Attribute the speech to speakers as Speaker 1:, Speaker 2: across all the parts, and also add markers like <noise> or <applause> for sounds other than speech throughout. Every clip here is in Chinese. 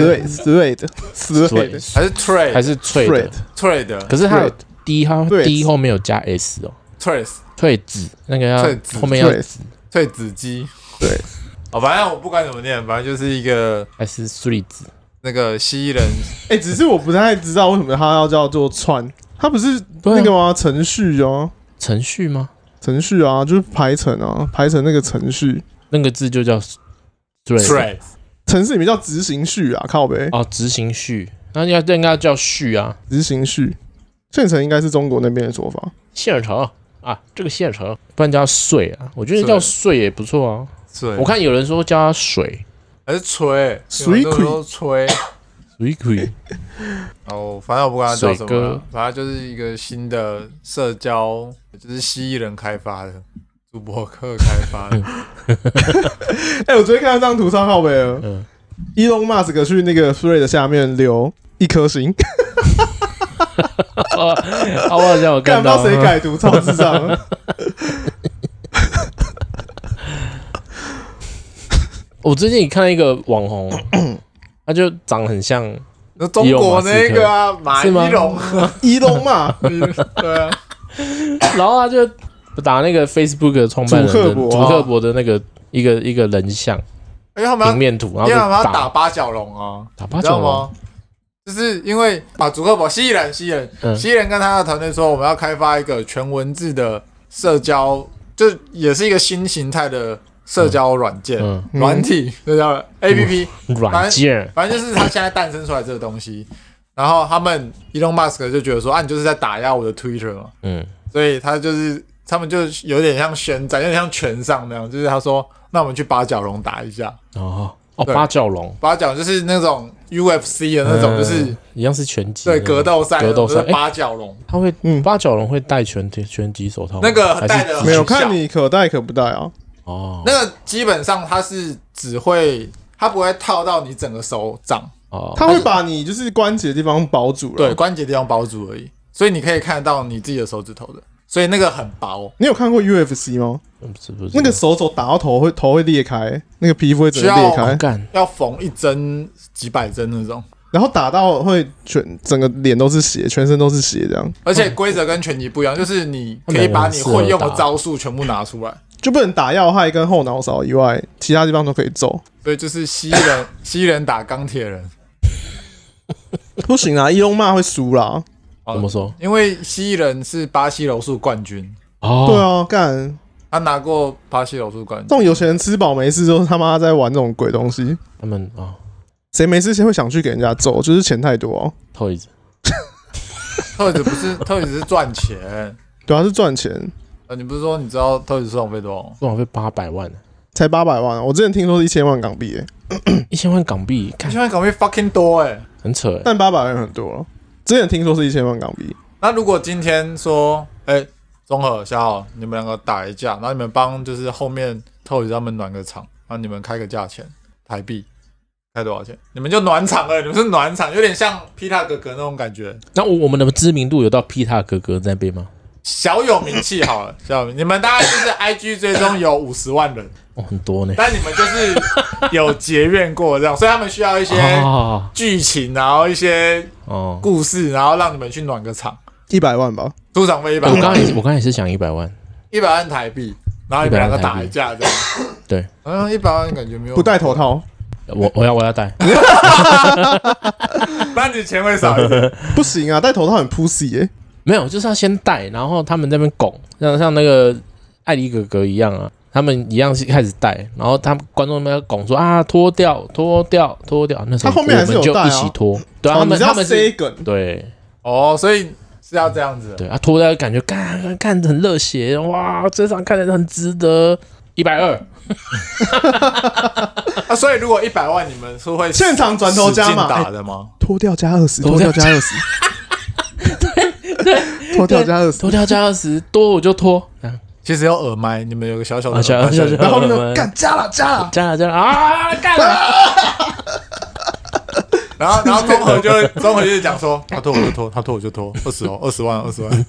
Speaker 1: thread thread
Speaker 2: 还是
Speaker 3: 还
Speaker 2: trade
Speaker 3: 是 trade，
Speaker 1: thread
Speaker 2: trade
Speaker 3: 可是它有
Speaker 1: Thread
Speaker 3: d 它
Speaker 1: Threads
Speaker 3: d 后面有加 s 哦，
Speaker 2: trade
Speaker 3: 退子那个
Speaker 2: 退子
Speaker 3: 要后面要
Speaker 1: thread
Speaker 2: 退子机。
Speaker 1: 对，
Speaker 2: 哦，反正我不管怎么念，反正就是一个
Speaker 3: s three 子，
Speaker 2: 那个蜥蜴人
Speaker 1: 哎，只是我不太知道为什么它要叫做串，它不是
Speaker 3: 对啊
Speaker 1: 那个吗？程序哦，
Speaker 3: 程序吗？
Speaker 1: 程序啊，就是排程啊，排程那个程序，
Speaker 3: 那个字就叫 thread
Speaker 2: trade
Speaker 1: 程式里面叫执行序啊，靠呗，
Speaker 3: 哦，执行序，那要应该叫序啊，
Speaker 1: 执行序，县城应该是中国那边的说法。
Speaker 3: 县城啊，这个县城，不然叫税啊，我觉得叫税也不错啊。
Speaker 2: 水，
Speaker 3: 我看有人说叫它水，
Speaker 2: 还是吹
Speaker 1: 水鬼
Speaker 2: 都吹。
Speaker 3: 水鬼
Speaker 2: 哦，反正我不管他叫什
Speaker 3: 水
Speaker 2: 么了
Speaker 3: 哥，
Speaker 2: 反正就是一个新的社交，就是蜥蜴人开发的，主播客开发
Speaker 3: 嗯
Speaker 2: 的，
Speaker 1: 哎、我昨天看到这张图超靠北了。
Speaker 3: 嗯
Speaker 1: Elon Musk 去那个 Thread 下面留一颗星，
Speaker 3: <laughs> 啊，啊我好像有
Speaker 1: 看
Speaker 3: 看
Speaker 1: 不到
Speaker 3: 到
Speaker 1: 谁改图，超智
Speaker 3: <laughs>
Speaker 1: 障。
Speaker 3: 我最近看到一个网红，他就长得很像，
Speaker 2: 那中国那个啊，马
Speaker 3: 是
Speaker 2: 一
Speaker 3: 吗
Speaker 2: 龙，
Speaker 1: 伊隆嘛，
Speaker 2: <laughs> 对啊，
Speaker 3: <laughs> 然后他就打那个 Facebook 的创办人
Speaker 1: 祖克
Speaker 3: 的
Speaker 1: 伯啊
Speaker 3: 祖克伯的那个一个一个人像
Speaker 2: 因为他们要
Speaker 3: 平，面图，然
Speaker 2: 因
Speaker 3: 后
Speaker 2: 为
Speaker 3: 就
Speaker 2: 他们要打
Speaker 3: 打
Speaker 2: 八角龙啊，
Speaker 3: 打
Speaker 2: 你
Speaker 3: 八
Speaker 2: 知道
Speaker 3: 角龙，
Speaker 2: 吗？就是因为啊，主客博蜥蜴人，蜥蜴人，
Speaker 3: 嗯
Speaker 2: 蜥蜴人跟他的团队说，我们要开发一个全文字的社交，就也是一个新形态的社交软件
Speaker 3: 嗯，
Speaker 2: 软体，这叫 A P P。
Speaker 3: 软件
Speaker 2: 反正就是他现在诞生出来这个东西，然后他们 Elon Musk 就觉得说啊，你就是在打压我的 Twitter 嘛，
Speaker 3: 嗯，
Speaker 2: 所以他就是他们就有点像宣战，有点像拳上那样，就是他说，那我们去八角笼打一下，
Speaker 3: 哦哦
Speaker 2: 对
Speaker 3: 八角龙，
Speaker 2: 八角就是那种 UFC 的那种，
Speaker 3: 嗯
Speaker 2: 就是、
Speaker 3: 一样是拳击
Speaker 2: 对
Speaker 3: 那种
Speaker 2: 格斗赛那
Speaker 3: 格
Speaker 2: 种，
Speaker 3: 斗
Speaker 2: 就是
Speaker 3: 赛，哎，
Speaker 2: 八角笼，
Speaker 3: 他会
Speaker 1: 嗯
Speaker 3: 八角龙会戴拳拳击手套吗，
Speaker 2: 那个
Speaker 3: 还是
Speaker 2: 戴的
Speaker 3: 只
Speaker 1: 没有
Speaker 2: 很像
Speaker 1: 看你可带可不带啊。
Speaker 3: 哦
Speaker 2: 那个基本上它是只会，它不会套到你整个手掌，
Speaker 3: 哦，
Speaker 1: 他会把你就是关节的地方包住了。
Speaker 2: 对，，关节地方包住而已，所以你可以看得到你自己的手指头的，所以那个很薄。
Speaker 1: 你有看过 UFC 吗？
Speaker 3: 嗯不是不是
Speaker 1: 那个手肘打到头会头会裂开，那个皮肤会整个裂
Speaker 2: 需
Speaker 3: 哦
Speaker 1: 开，
Speaker 3: 干
Speaker 2: 要缝一针几百针那种，
Speaker 1: 然后打到会全整个脸都是血，全身都是血，这样
Speaker 2: 而且规则跟拳击不一样，
Speaker 3: 嗯
Speaker 2: 就是你可以把你会用的招数全部拿出来，
Speaker 1: 就不能打要害跟后脑勺以外，其他地方都可以揍。
Speaker 2: 所以就是蜥蜴
Speaker 3: <laughs>
Speaker 2: 人蜥蜴人打钢铁人，
Speaker 1: 不行啊，伊隆骂会输啦。
Speaker 2: 哦
Speaker 3: 怎么说
Speaker 2: 因为蜥蜴人是巴西柔术冠军，
Speaker 3: 哦
Speaker 1: 对啊，干
Speaker 2: 他拿过巴西柔术冠
Speaker 1: 这
Speaker 2: 军。
Speaker 1: 种有钱人吃饱没事都他妈在玩这种鬼东西，
Speaker 3: 他们啊
Speaker 1: 谁没事谁会想去给人家揍？就是钱太多、啊。
Speaker 3: 偷椅子
Speaker 2: 特子不是特子是赚钱，
Speaker 1: 对啊，是赚钱，
Speaker 2: 呃，你不是说你知道特子收网费多少 <laughs> 吗？
Speaker 3: 多少费八百万呢
Speaker 1: 才八百万啊。我之前听说是一千万港币、欸，
Speaker 3: 一千万港币，
Speaker 2: 一
Speaker 3: 看
Speaker 2: 千万港币 fucking 多哎、
Speaker 3: 很扯欸，
Speaker 1: 但八百万很多了。之前听说是一千万港币，
Speaker 2: 那如果今天说，哎、综合小好，你们两个打一架，然后你们帮就是后面透底他们暖个场，然后你们开个价钱，台币开多少钱？你们就暖场了，你们是暖场，有点像皮塔哥哥那种感觉，
Speaker 3: 那我我们的知名度有到皮塔哥哥那边吗？
Speaker 2: 小有名气好了，小有名，你们大概就是 IG 追踪有五十万人，
Speaker 3: 哦，很多呢。
Speaker 2: 但你们就是有结怨过这样，所以他们需要一些
Speaker 3: 哦
Speaker 2: 剧情，然后一些
Speaker 3: 哦，
Speaker 2: 故事，然后让你们去暖个场，
Speaker 1: 一百万吧。
Speaker 2: 出场费一百
Speaker 3: 哎我刚
Speaker 2: 万
Speaker 3: 才，也是我刚才也是想一百万，
Speaker 2: 一百万台币，然后你们两个打一架这样。
Speaker 3: 对
Speaker 2: 好像一百万感觉没有
Speaker 3: 啊
Speaker 1: 不戴头，套，
Speaker 3: 我我要我要带，
Speaker 2: 那你钱会少一点。
Speaker 1: 不行啊，戴头套很 pussy 耶、
Speaker 3: 没有，就是要先带，然后他们在那边拱，像像那个艾迪哥哥一样啊，他们一样是开始带，然后他们观众们要拱说啊脱掉脱掉脱掉，那时候
Speaker 1: 他后面还是有
Speaker 3: 我们
Speaker 1: 带啊
Speaker 3: 就一起脱，对啊，
Speaker 1: 哦
Speaker 3: 他
Speaker 1: 你
Speaker 3: 们
Speaker 1: 是
Speaker 3: 他
Speaker 1: 要
Speaker 3: 们
Speaker 1: 塞
Speaker 3: 是，
Speaker 1: 梗，
Speaker 3: 对
Speaker 2: 哦，所以是要这样子。
Speaker 3: 对啊，脱掉感觉看看看着很热血，哇，这场看着很值得，一百二，
Speaker 2: 啊，所以如果一百万，你们是会
Speaker 1: 现场转头加码
Speaker 2: 使劲打的吗？
Speaker 1: 脱掉加二十，脱
Speaker 3: 脱
Speaker 1: 掉
Speaker 3: 掉
Speaker 1: 加二十，脱掉加二十，
Speaker 3: 脱掉加二十多我就脱，啊
Speaker 2: 其实有耳麦，你们有个小小的
Speaker 3: 小
Speaker 2: 耳麦
Speaker 3: 小小
Speaker 1: 然后
Speaker 3: 我
Speaker 1: 呢，
Speaker 3: 们
Speaker 1: 干加了加了，
Speaker 3: 加了加了啊干了，
Speaker 2: 然后然后综合就会综合就是讲说，他拖我就拖，他拖我就拖，二十哦，二十万，二十万。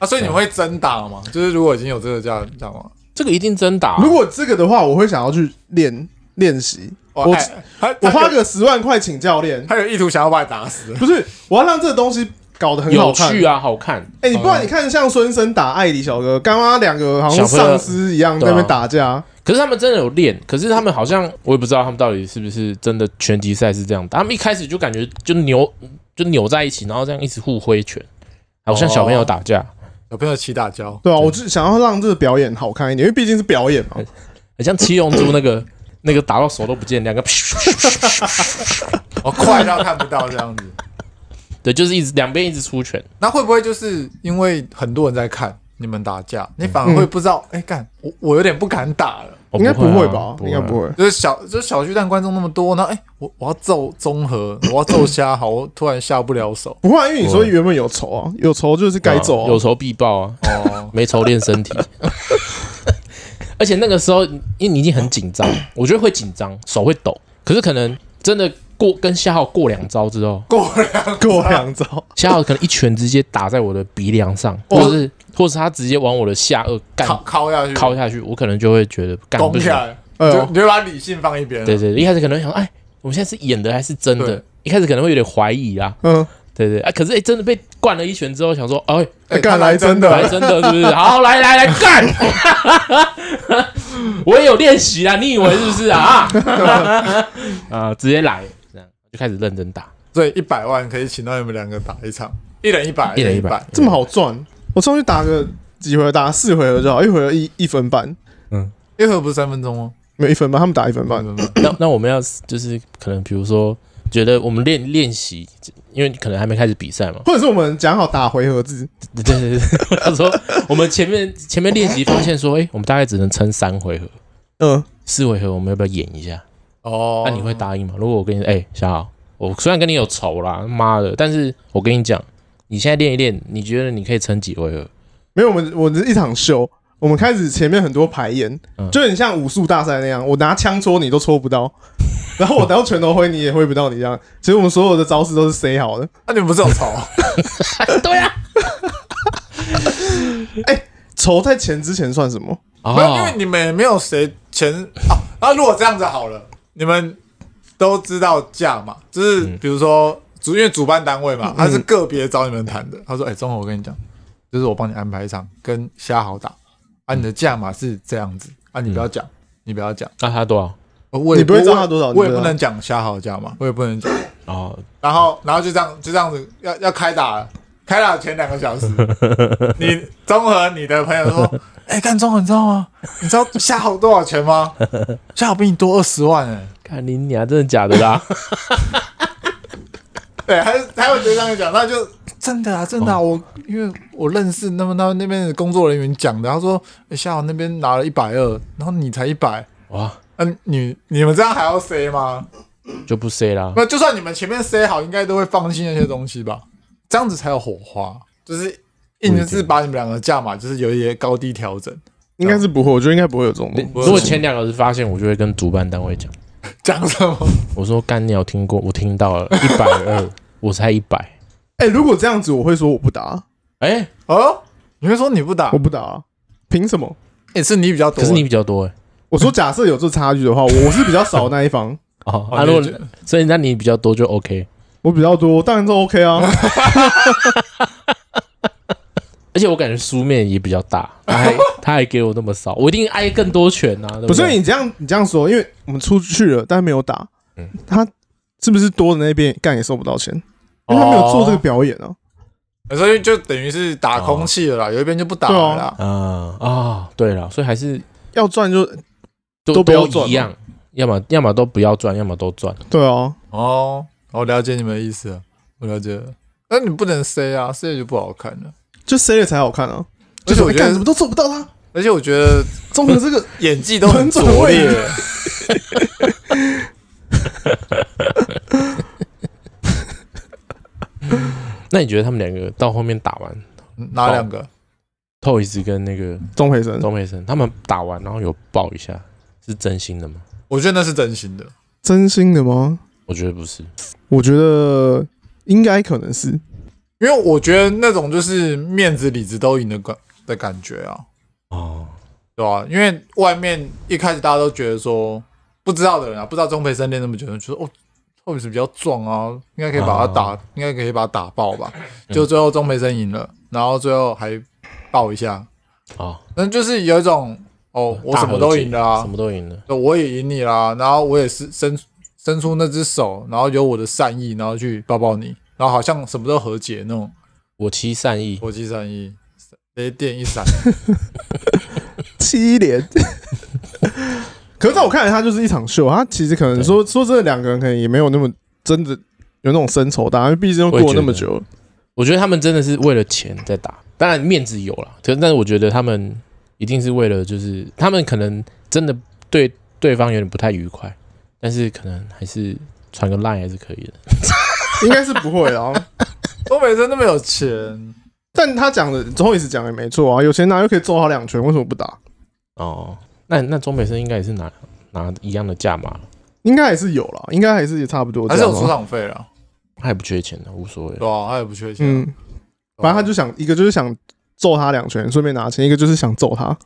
Speaker 2: 啊，所以你们会真打吗？就是如果已经有这个价，这样吗？
Speaker 3: 这个一定真打啊，
Speaker 1: 如果这个的话，我会想要去练练习，
Speaker 2: 哇
Speaker 1: 我
Speaker 2: 哎还
Speaker 1: 我花
Speaker 2: 还有
Speaker 1: 个十万块请教练，
Speaker 2: 还有意图想要把你打死，
Speaker 1: 不是我要让这个东西搞得很好
Speaker 3: 有
Speaker 1: 看。
Speaker 3: 趣啊，好看。
Speaker 1: 哎、你不然你看像孙生打艾迪小哥，干妈两个好像
Speaker 3: 小朋友
Speaker 1: 丧尸一样在那边打架，
Speaker 3: 可是他们真的有练，可是他们好像我也不知道他们到底是不是真的拳击赛是这样打。他们一开始就感觉就扭就扭在一起，然后这样一直互挥拳，好像小朋友打架，
Speaker 2: 小朋友起打跤，
Speaker 1: 对啊？我就想要让这个表演好看一点，因为毕竟是表演
Speaker 3: 哎
Speaker 1: 嘛。
Speaker 3: 很像七龙珠那个 <coughs> 那个打到手都不见，两个
Speaker 2: 哦，快到看不到这样
Speaker 3: <laughs>
Speaker 2: 子。
Speaker 3: <coughs> 对，就是一直两边一直出拳。
Speaker 2: 那会不会就是因为很多人在看你们打架，
Speaker 3: 嗯
Speaker 2: 你反而会不知道？哎、干、我我有点不敢打了。
Speaker 3: 哦
Speaker 1: 应该
Speaker 3: 不
Speaker 1: 会
Speaker 3: 啊
Speaker 1: 吧？应该
Speaker 3: 啊
Speaker 1: 不会。
Speaker 2: 就是小就是小巨蛋观众那么多，然后哎、我我要揍综
Speaker 3: <coughs>
Speaker 2: 合，我要揍虾好，我突然下不了手
Speaker 1: 不会啊，因为你说原本有仇啊，有仇就是该走、啊。
Speaker 3: 有仇必报啊，
Speaker 2: 哦。
Speaker 3: 没仇练身体。
Speaker 1: <laughs>
Speaker 3: 而且那个时候，因为你已经很紧张，我觉得会紧张，手会抖。可是可能真的过跟夏浩过两招之后，
Speaker 2: <laughs> 过两
Speaker 1: 过两招，
Speaker 3: 夏浩可能一拳直接打在我的鼻梁上，
Speaker 2: 哇
Speaker 3: 或者是或者是他直接往我的下颚干
Speaker 2: 敲敲下去，
Speaker 3: 敲下去，我可能就会觉得干不
Speaker 2: 攻
Speaker 3: 行。
Speaker 2: 下来，
Speaker 1: 哎呦
Speaker 2: 你就你就把理性放一边了。
Speaker 3: 对对，对一开始可能会想说，哎，我们现在是演的还是真的
Speaker 2: 对？
Speaker 3: 一开始可能会有点怀疑啊，
Speaker 1: 嗯，
Speaker 3: 对对啊。可是哎、真的被灌了一拳之后，想说，哎，
Speaker 2: 哎
Speaker 1: 干
Speaker 2: 他
Speaker 1: 来真的啊
Speaker 3: 来真的是不 <laughs> 是？好，来来来干！ <laughs> 我也有练习啊，你以为是不是啊？ <laughs> 啊，直接来，这样就开始认真打，
Speaker 2: 所以一百万可以请到你们两个打一场，一人一百，
Speaker 3: 一人
Speaker 2: 一
Speaker 3: 一百，
Speaker 1: 这么好赚，我上去打个几回合，打四回合就好，一回合一一分半，
Speaker 2: 一盒不是三分钟吗？
Speaker 1: 没有一分半，他们打一分半，
Speaker 2: 三分钟
Speaker 3: <coughs> 那那我们要就是可能比如说，觉得我们练练习，因为可能还没开始比赛嘛。 <laughs>
Speaker 1: 或者是我们讲好打回合制，
Speaker 3: 对对对对，我想说我们前面前面练习发现说，哎、我们大概只能撑三回合，
Speaker 1: 嗯，
Speaker 3: 四回合我们要不要演一下？
Speaker 2: 哦，
Speaker 3: 那、你会答应吗？如果我跟你说，哎、小豪，我虽然跟你有仇啦，妈的，但是我跟你讲，你现在练一练，你觉得你可以撑几回合？
Speaker 1: 没有，我们我是一场秀，我们开始前面很多排演，
Speaker 3: 嗯
Speaker 1: 就很像武术大赛那样，我拿枪戳你都戳不到， <laughs> 然后我拿拳头挥你也挥不到你这样。其实我们所有的招式都是塞好的，
Speaker 2: 那你们不是有仇？
Speaker 3: 对啊，
Speaker 1: 仇在前之前算什么？
Speaker 2: 没有，因
Speaker 3: 哦
Speaker 2: 为，你们也没有谁前啊。那如果这样子好了，你们都知道价嘛，就是比如说主，因为主办单位嘛，他是个别找你们谈的。他说：“哎，钟宏，我跟你讲，就是我帮你安排一场跟虾好打，啊，你的价码是这样子，啊，你不要讲，你不要讲，
Speaker 3: 那、他多少？
Speaker 2: 呃我也
Speaker 1: 你不会知道他多少
Speaker 2: 我
Speaker 1: 你
Speaker 2: 也
Speaker 1: 不知道
Speaker 2: 不能讲虾好价嘛，我也不能讲。
Speaker 3: 哦，
Speaker 2: 然后，然后就这样，就这样子，要要开打了。开打前两个小 <laughs> 时，你综合你的朋友说：“哎、干综合，你知道吗？你知道夏侯多少钱吗？ <laughs> 夏侯比你多二十万哎、
Speaker 3: 看你俩真的假的啦？
Speaker 2: 对，还是还有直接这样讲，那就真的啊，真的啊，我因为我认识那么他们那边的工作人员讲的，他说、哎夏侯那边拿了一百二，然后你才一百，
Speaker 3: <laughs> 哇，
Speaker 2: 嗯，你你们这样还要 C 吗？
Speaker 3: 就不 say <laughs> 啦。
Speaker 2: 那就算你们前面 C 好，应该都会放弃那些东西吧？这样子才有火花，就是硬是把你们两个价码就是有一些高低调整，
Speaker 1: 应该是不会，我觉得应该不会有这种东西。
Speaker 3: 如果前两个是发现，我就会跟主办单位讲，
Speaker 2: 讲什么？ <laughs>
Speaker 3: 我说干，你有听过？我听到了，一百二，我才一百。
Speaker 1: 哎、如果这样子，我会说我不打，
Speaker 3: 哎，
Speaker 2: 哦，你会说你不打
Speaker 1: 我，不打、啊，凭什么？
Speaker 2: 也、是你比较多，啊
Speaker 3: 可是你比较多哎、
Speaker 1: 我说假设有这差距的话，我我是比较少的那一方，
Speaker 3: 哦，
Speaker 2: 哦
Speaker 3: 啊，如果
Speaker 2: 你就
Speaker 3: 所以那你比较多就 OK。
Speaker 1: <laughs> 我比较多，当然是 OK <laughs> 啊。
Speaker 3: 而且我感觉书面也比较
Speaker 2: <laughs>
Speaker 3: 大，他还他还给我那么少，我一定挨更多拳啊！对
Speaker 1: 不
Speaker 3: 不
Speaker 1: 是
Speaker 3: 对
Speaker 1: 你这样你这样说，因为我们出去了，但没有打，
Speaker 2: 嗯
Speaker 1: 他是不是多的那边干也收不到钱？
Speaker 2: 哦
Speaker 1: 因为他没有做这个表演啊。
Speaker 2: 所以就等于是打空气了啦，有一边就不打了啦。
Speaker 3: 啊啊，对了，所以还是
Speaker 1: 要赚就
Speaker 3: 都
Speaker 1: 都不要
Speaker 3: 都
Speaker 1: 赚
Speaker 3: 一样，要么要么都不要赚，要么都赚。
Speaker 1: 对啊，
Speaker 2: 哦，我了解你们的意思了，我了解了。那你不能 C 啊，C 就不好看了。
Speaker 1: 就 C 了才好看啊。
Speaker 2: 而
Speaker 1: 就
Speaker 2: 且
Speaker 1: 是
Speaker 2: 我
Speaker 1: 我
Speaker 2: 觉
Speaker 1: 干什么
Speaker 2: 得，
Speaker 1: 都做不到啦。
Speaker 2: 而且我觉得
Speaker 1: 综合这
Speaker 2: <laughs>
Speaker 1: 个，
Speaker 2: 演技都很拙劣。
Speaker 3: 那你觉得他们两个到后面打完
Speaker 2: 嗯哪两个？
Speaker 3: ，Toys 跟那个
Speaker 1: 钟培生
Speaker 3: 钟培生他们打完，然后有抱一下，是真心的吗？
Speaker 2: 我觉得那是真心的。
Speaker 1: 真心的吗？
Speaker 3: 我觉得不是，
Speaker 1: 我觉得应该可能是，
Speaker 2: 因为我觉得那种就是面子里子都赢的感的感觉啊，
Speaker 3: 哦，
Speaker 2: 对吧、因为外面一开始大家都觉得说不知道的人啊，不知道钟培生练那么久，就说哦，后是比较壮啊，应该可以把他打，应该可以把他打爆吧。就最后钟培生赢了，然后最后还爆一下，
Speaker 3: 哦，
Speaker 2: 但就是有一种哦，我什么都赢了
Speaker 3: 大和解
Speaker 2: 啊
Speaker 3: 什，么都赢了，
Speaker 2: 对我也赢你啦，然后我也是伸伸出那只手，然后有我的善意，然后去抱抱你，然后好像什么都和解那种
Speaker 3: 我其善意，
Speaker 2: 国际善意，雷电一闪，
Speaker 1: 七连。 <laughs> 可是在我看来，他就是一场秀。他其实可能说说真的，两个人可能也没有那么真的有那种深仇大，恨，因为毕竟都过了那么久了。
Speaker 3: 我觉得他们真的是为了钱在打，当然面子有啦，可但是我觉得他们一定是为了，就是他们可能真的对对方有点不太愉快，但是可能还是传个 line 还是可以的。
Speaker 1: 应该是不会啊。
Speaker 2: 钟培生那么有钱，
Speaker 1: <laughs> 但他讲的最后一次讲的也没错啊，有钱拿又可以揍他两拳，为什么不打？
Speaker 3: 哦，那那钟北生应该也是拿拿一样的价码，
Speaker 1: 应该还是有啦，应该还是也差不多这
Speaker 2: 还是
Speaker 1: 样
Speaker 2: 有
Speaker 1: 啊。
Speaker 2: 出场费啦，
Speaker 3: 他也不缺钱的，无所谓
Speaker 2: 对。吧、他也不缺钱啊，
Speaker 1: 嗯，反正他就想一个就是想揍他两拳，顺便拿钱；一个就是想揍他。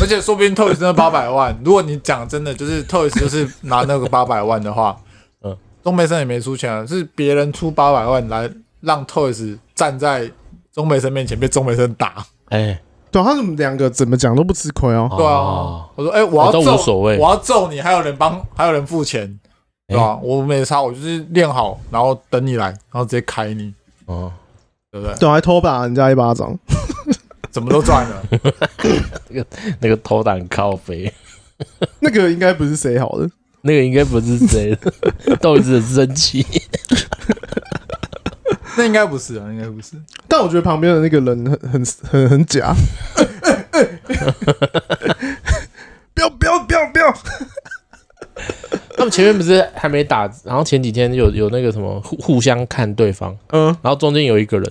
Speaker 2: 而且说不定 Toys 真的八百万，如果你讲真的就是 Toys 就是拿那个八百万的话，
Speaker 3: 嗯
Speaker 2: 嗯，钟培生也没出钱啊，是别人出八百万来让 Toys 站在钟培生面前被钟培生打。
Speaker 3: 哎，
Speaker 1: 对啊，他怎么两个怎么讲都不吃亏哦。
Speaker 2: 对啊
Speaker 3: 哦，，
Speaker 2: 我说哎、我要
Speaker 3: 都无
Speaker 2: 揍，
Speaker 3: 所谓
Speaker 2: 我要揍你，还有人帮，还有人付钱，对吧、我没差，我就是练好，然后等你来，然后直接开你，
Speaker 3: 哦，
Speaker 2: 对不对？
Speaker 1: 对啊，还偷打人家一巴掌。
Speaker 2: 怎么都赚了，
Speaker 3: 那个头挡靠背，
Speaker 1: 那个应该不是谁好的，
Speaker 3: 那个应该不是谁，豆子很生气。 <laughs>
Speaker 2: <laughs> 那应该不是啊，应该不是。
Speaker 1: 但我觉得旁边的那个人很很很很假。不要不要不要不要！
Speaker 3: 他们前面不是还没打，然后前几天有有那个什么互互相看对方，
Speaker 1: 嗯，
Speaker 3: 然后中间有一个人，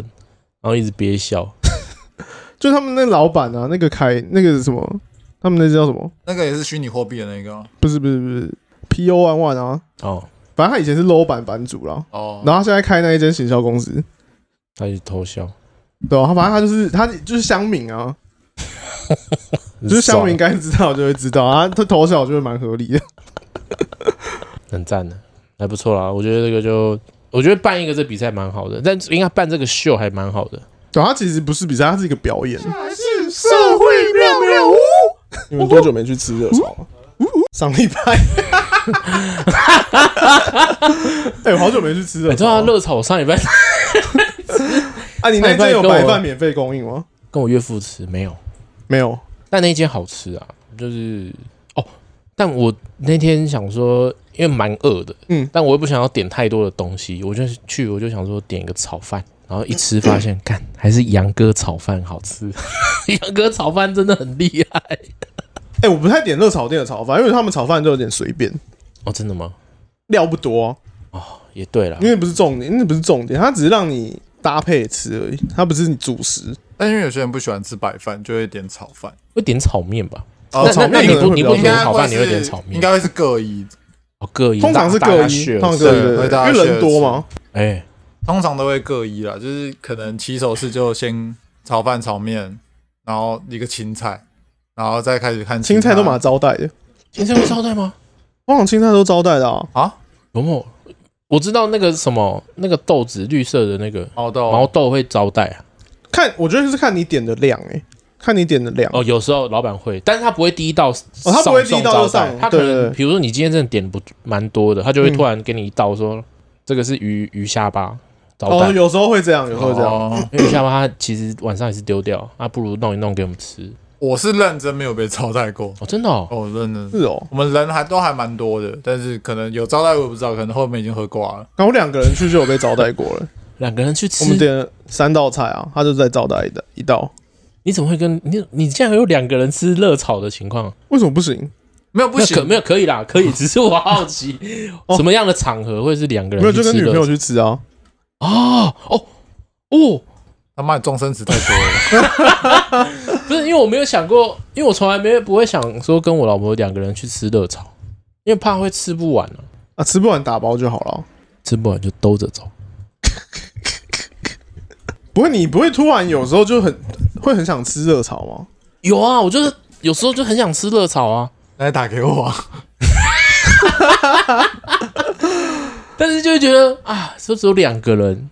Speaker 3: 然后一直憋笑，
Speaker 1: 就他们那老板啊，那个凯那个什么，他们那叫什么？
Speaker 2: 那个也是虚拟货币的那个吗啊
Speaker 1: 不是不是不是，P O One One 啊，
Speaker 3: 哦，
Speaker 1: 反正他以前是 low 版版主啦，
Speaker 2: 哦，
Speaker 1: 然后他现在开那一间行销公司，
Speaker 3: 他一直偷笑，
Speaker 1: 对吧、反正他就是他就是乡民啊，
Speaker 3: 就
Speaker 1: 就是乡民该知道就会知道啊，他投小就会蛮合理的。
Speaker 3: 很赞的，还不错啦。我觉得这个就，我觉得办一个这比赛蛮好的，但应该办这个秀还蛮好的。
Speaker 1: 对，他其实不是比赛，他是一个表演。
Speaker 2: 是社
Speaker 1: 会妙妙屋，你们多久没去吃热炒了？上礼拜。 <laughs> 哎、我好久没去吃热
Speaker 3: 你知道
Speaker 1: 炒
Speaker 3: 啊
Speaker 1: 了。
Speaker 3: 热炒，我上礼拜 <laughs>
Speaker 1: 啊，你那间有白饭免费供应吗？
Speaker 3: 跟我岳父吃没有，
Speaker 1: 没有。
Speaker 3: 但那一间好吃啊，就是哦，但我那天想说，因为蛮饿的，
Speaker 1: 嗯
Speaker 3: 但我又不想要点太多的东西，我就去，我就想说点一个炒饭，然后一吃发
Speaker 1: <laughs>
Speaker 3: 现，干还是杨哥炒饭好吃， <laughs> 杨哥炒饭真的很厉害
Speaker 1: 哎、我不太点热炒店的炒饭，因为他们炒饭都有点随便，
Speaker 3: 哦，真的吗？
Speaker 1: 料不多、啊，
Speaker 3: 也对了
Speaker 1: 因，为不是重点，那不是重点，它只是让你搭配吃而已，它不是你主食。
Speaker 2: 但因为有些人不喜欢吃白饭，就会点炒饭。
Speaker 3: 会点炒面吧？
Speaker 2: 哦
Speaker 3: 那
Speaker 1: 炒面
Speaker 3: 那那
Speaker 1: 可
Speaker 3: 你
Speaker 1: 能
Speaker 3: 不
Speaker 1: 会
Speaker 3: 你
Speaker 1: 比
Speaker 3: 不
Speaker 1: 较
Speaker 3: 点
Speaker 1: 多
Speaker 3: 炒饭，
Speaker 2: 是
Speaker 3: 你会点炒面
Speaker 2: 应？该会是各一，
Speaker 3: 哦，各一
Speaker 1: 通常是各一，通常
Speaker 3: 一。
Speaker 1: 各一
Speaker 2: 对
Speaker 1: 对
Speaker 2: 会
Speaker 1: 对
Speaker 2: 大家
Speaker 1: 对，因为人
Speaker 2: share
Speaker 1: 多嘛。
Speaker 3: 哎，
Speaker 2: 通常都会各一啦，就是可能起手式就先炒饭、炒面，然后一个青菜，然后再开始看
Speaker 1: 青菜都蛮
Speaker 2: 嘛
Speaker 1: 招待的，
Speaker 3: 先生会招待吗？
Speaker 1: 通常青菜都招待的啊。
Speaker 2: 啊，
Speaker 3: 有没有？我知道那个什么，那个豆子绿色的那个
Speaker 2: 毛豆
Speaker 3: 毛豆会招待啊。
Speaker 1: 看，我觉得是看你点的量、欸，看你点的量。
Speaker 3: 哦，有时候老板会，但是他不会第一道送，
Speaker 1: 哦他不会第一道就
Speaker 3: 送招待
Speaker 1: 上
Speaker 3: 他可
Speaker 1: 对对
Speaker 3: 能
Speaker 1: 对
Speaker 3: 比如说你今天真的点不蛮多的，他就会
Speaker 1: 嗯
Speaker 3: 突然给你一道说这个是鱼鱼下巴招
Speaker 1: 哦，
Speaker 3: 待。
Speaker 1: 有时候会这样，有时候会这样。
Speaker 2: 哦，
Speaker 3: 因为鱼下巴它其实晚上也是丢掉，那不如弄一弄给我们吃。
Speaker 2: 我是认真没有被招待过，
Speaker 3: 哦，真的哦，
Speaker 2: 哦，我认真。
Speaker 1: 是哦，
Speaker 2: 我们人还都还蛮多的，但是可能有招待我也不知道，可能后面已经喝挂了。
Speaker 1: 然后两个人去就有被招待过了。
Speaker 3: 两个人去
Speaker 1: 我
Speaker 3: 吃
Speaker 1: 们，点了三道菜啊，他就在招待一道一道。
Speaker 3: 你怎么会跟你你竟然有两个人吃热炒的情况？
Speaker 1: 为什么不行？
Speaker 2: 没有不
Speaker 3: 那可
Speaker 2: 行，
Speaker 3: 没有可以啦，可以，只是我好奇
Speaker 1: 哦
Speaker 3: 什么样的场合会是两个人
Speaker 1: 没有，就跟
Speaker 3: 去吃
Speaker 1: 女朋友
Speaker 3: 热
Speaker 1: 去吃啊。
Speaker 3: 炒哦哦哦，
Speaker 2: 他妈的终身吃太多
Speaker 3: <laughs>
Speaker 2: 了。
Speaker 3: 不是因为我没有想过，因为我从来没有不会想说跟我老婆两个人去吃热炒，因为怕会吃不完啊，
Speaker 1: 啊，吃不完打包就好了。
Speaker 3: 吃不完就兜着走。
Speaker 1: 不会，你不会突然有时候就很会很想吃热炒吗？
Speaker 3: 有啊，我就是有时候就很想吃热炒啊，
Speaker 2: 来打给我啊，
Speaker 3: 但是就会觉得啊，说只有两个人，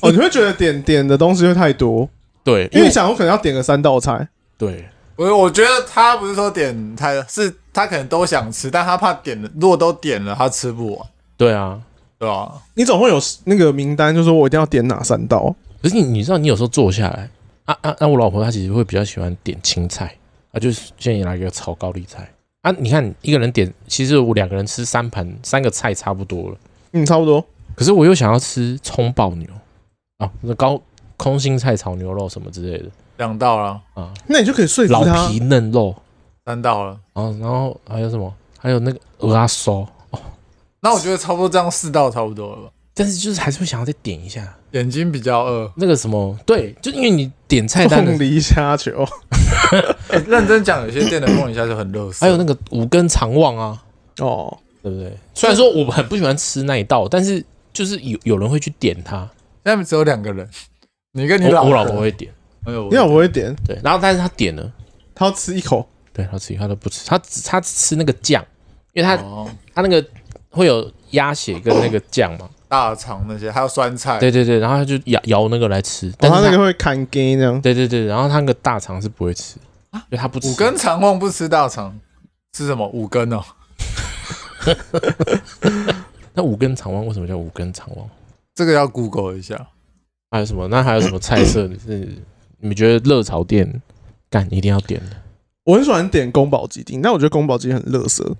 Speaker 1: 哦，你会觉得点点的东西会太多，
Speaker 3: 对，
Speaker 1: 因
Speaker 3: 因
Speaker 1: 为
Speaker 3: 为
Speaker 1: 你想我可能要点个三道菜，
Speaker 3: 对
Speaker 2: 我我觉得他不是说点他是他可能都想吃，但他怕点了，如果都点了他吃不完，
Speaker 3: 对啊，
Speaker 2: 对吧？
Speaker 1: 你总会有那个名单，就说我一定要点哪三道。
Speaker 3: 可是你你知道，你有时候坐下来啊啊啊，我老婆她其实会比较喜欢点青菜，啊，就是建议来一个炒高丽菜啊。你看一个人点，其实我两个人吃三盘三个菜差不多了，
Speaker 1: 嗯，差不多。
Speaker 3: 可是我又想要吃葱爆牛啊，那高空心菜炒牛肉什么之类的
Speaker 2: 两道了，
Speaker 3: 啊，
Speaker 1: 那你就可以说服
Speaker 3: 老
Speaker 1: 他
Speaker 3: 皮。嫩肉
Speaker 2: 三道了，
Speaker 3: 啊，然后还有什么？还有那个鹅阿烧，
Speaker 2: 那我觉得差不多这样四道差不多了吧。
Speaker 3: 但是就是还是会想要再点一下
Speaker 2: 眼睛比较饿，
Speaker 3: 那个什么，对，就因为你点菜单的
Speaker 1: 凤梨虾球，
Speaker 2: 欸认真讲，有些店的凤梨虾就很热色。
Speaker 3: 哎还有那个五根肠旺啊，
Speaker 1: 哦，
Speaker 3: 对不对？虽然说我很不喜欢吃那一道，但是就是有有人会去点它，
Speaker 2: 现在只有两个人，你跟你
Speaker 3: 我
Speaker 2: 老
Speaker 3: 我老婆，会点，
Speaker 2: 哎呦，
Speaker 1: 你老婆会点，
Speaker 3: 对，然后但是她点了，
Speaker 1: 她要吃一口，
Speaker 3: 对她自己她都不吃，她只她只吃那个酱，因为她
Speaker 2: 哦
Speaker 3: 她那个会有鸭血跟那个酱嘛，
Speaker 2: 大肠那些，还有酸菜，
Speaker 3: 对对对，然后她就咬咬那个来吃，但
Speaker 1: 然
Speaker 3: 是
Speaker 1: 后她
Speaker 3: 她
Speaker 1: 哦那个会砍根这样。
Speaker 3: 对对对，然后她那个大肠是不会吃，就她不吃
Speaker 2: 五根肠旺不吃大肠，吃什么五根哦？
Speaker 3: 那五根肠旺为什么叫五根肠旺？
Speaker 2: 这个要 Google 一下。
Speaker 3: 还有什么？那还有什么菜色是你们觉得热炒店干一定要点的？
Speaker 1: 我很喜欢点宫保鸡丁，但我觉得宫保鸡丁很垃圾。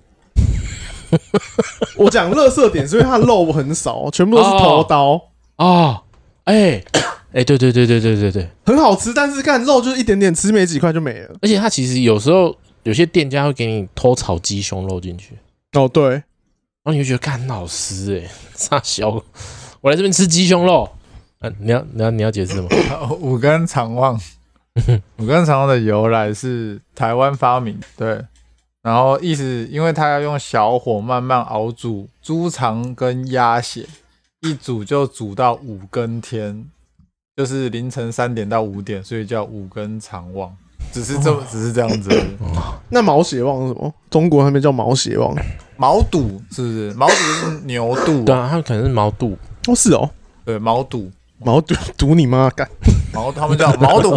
Speaker 1: <laughs> 我讲垃圾点是因为它肉很少，全部都是头刀，
Speaker 3: 哦，哎哎，对对对对对对对，
Speaker 1: 很好吃，但是干肉就是一点点，吃没几块就没了。
Speaker 3: 而且它其实有时候有些店家会给你偷炒鸡胸肉进去，
Speaker 1: 哦，对，
Speaker 3: 然后你就觉得干老师哎、傻小，我来这边吃鸡胸肉，啊，你要你要你要解释吗？
Speaker 2: <laughs> 五根肠
Speaker 3: <laughs>
Speaker 2: 旺，五根肠旺的由来是台湾发明，对。然后意思，因为它要用小火慢慢熬煮猪肠跟鸭血，一煮就煮到五更天，就是凌晨三点到五点，所以叫五更肠旺。只是这么，
Speaker 3: 哦
Speaker 2: 只是这样
Speaker 3: <laughs>
Speaker 2: 子而已。
Speaker 1: 那毛血旺是什么？中国那边叫毛血旺。
Speaker 2: 毛肚是不是？毛肚就是牛肚，
Speaker 3: 对啊，他可能是毛肚，
Speaker 1: 哦，是哦，
Speaker 2: 对，毛肚，
Speaker 1: 毛肚堵你妈干！
Speaker 2: 毛他们叫毛肚。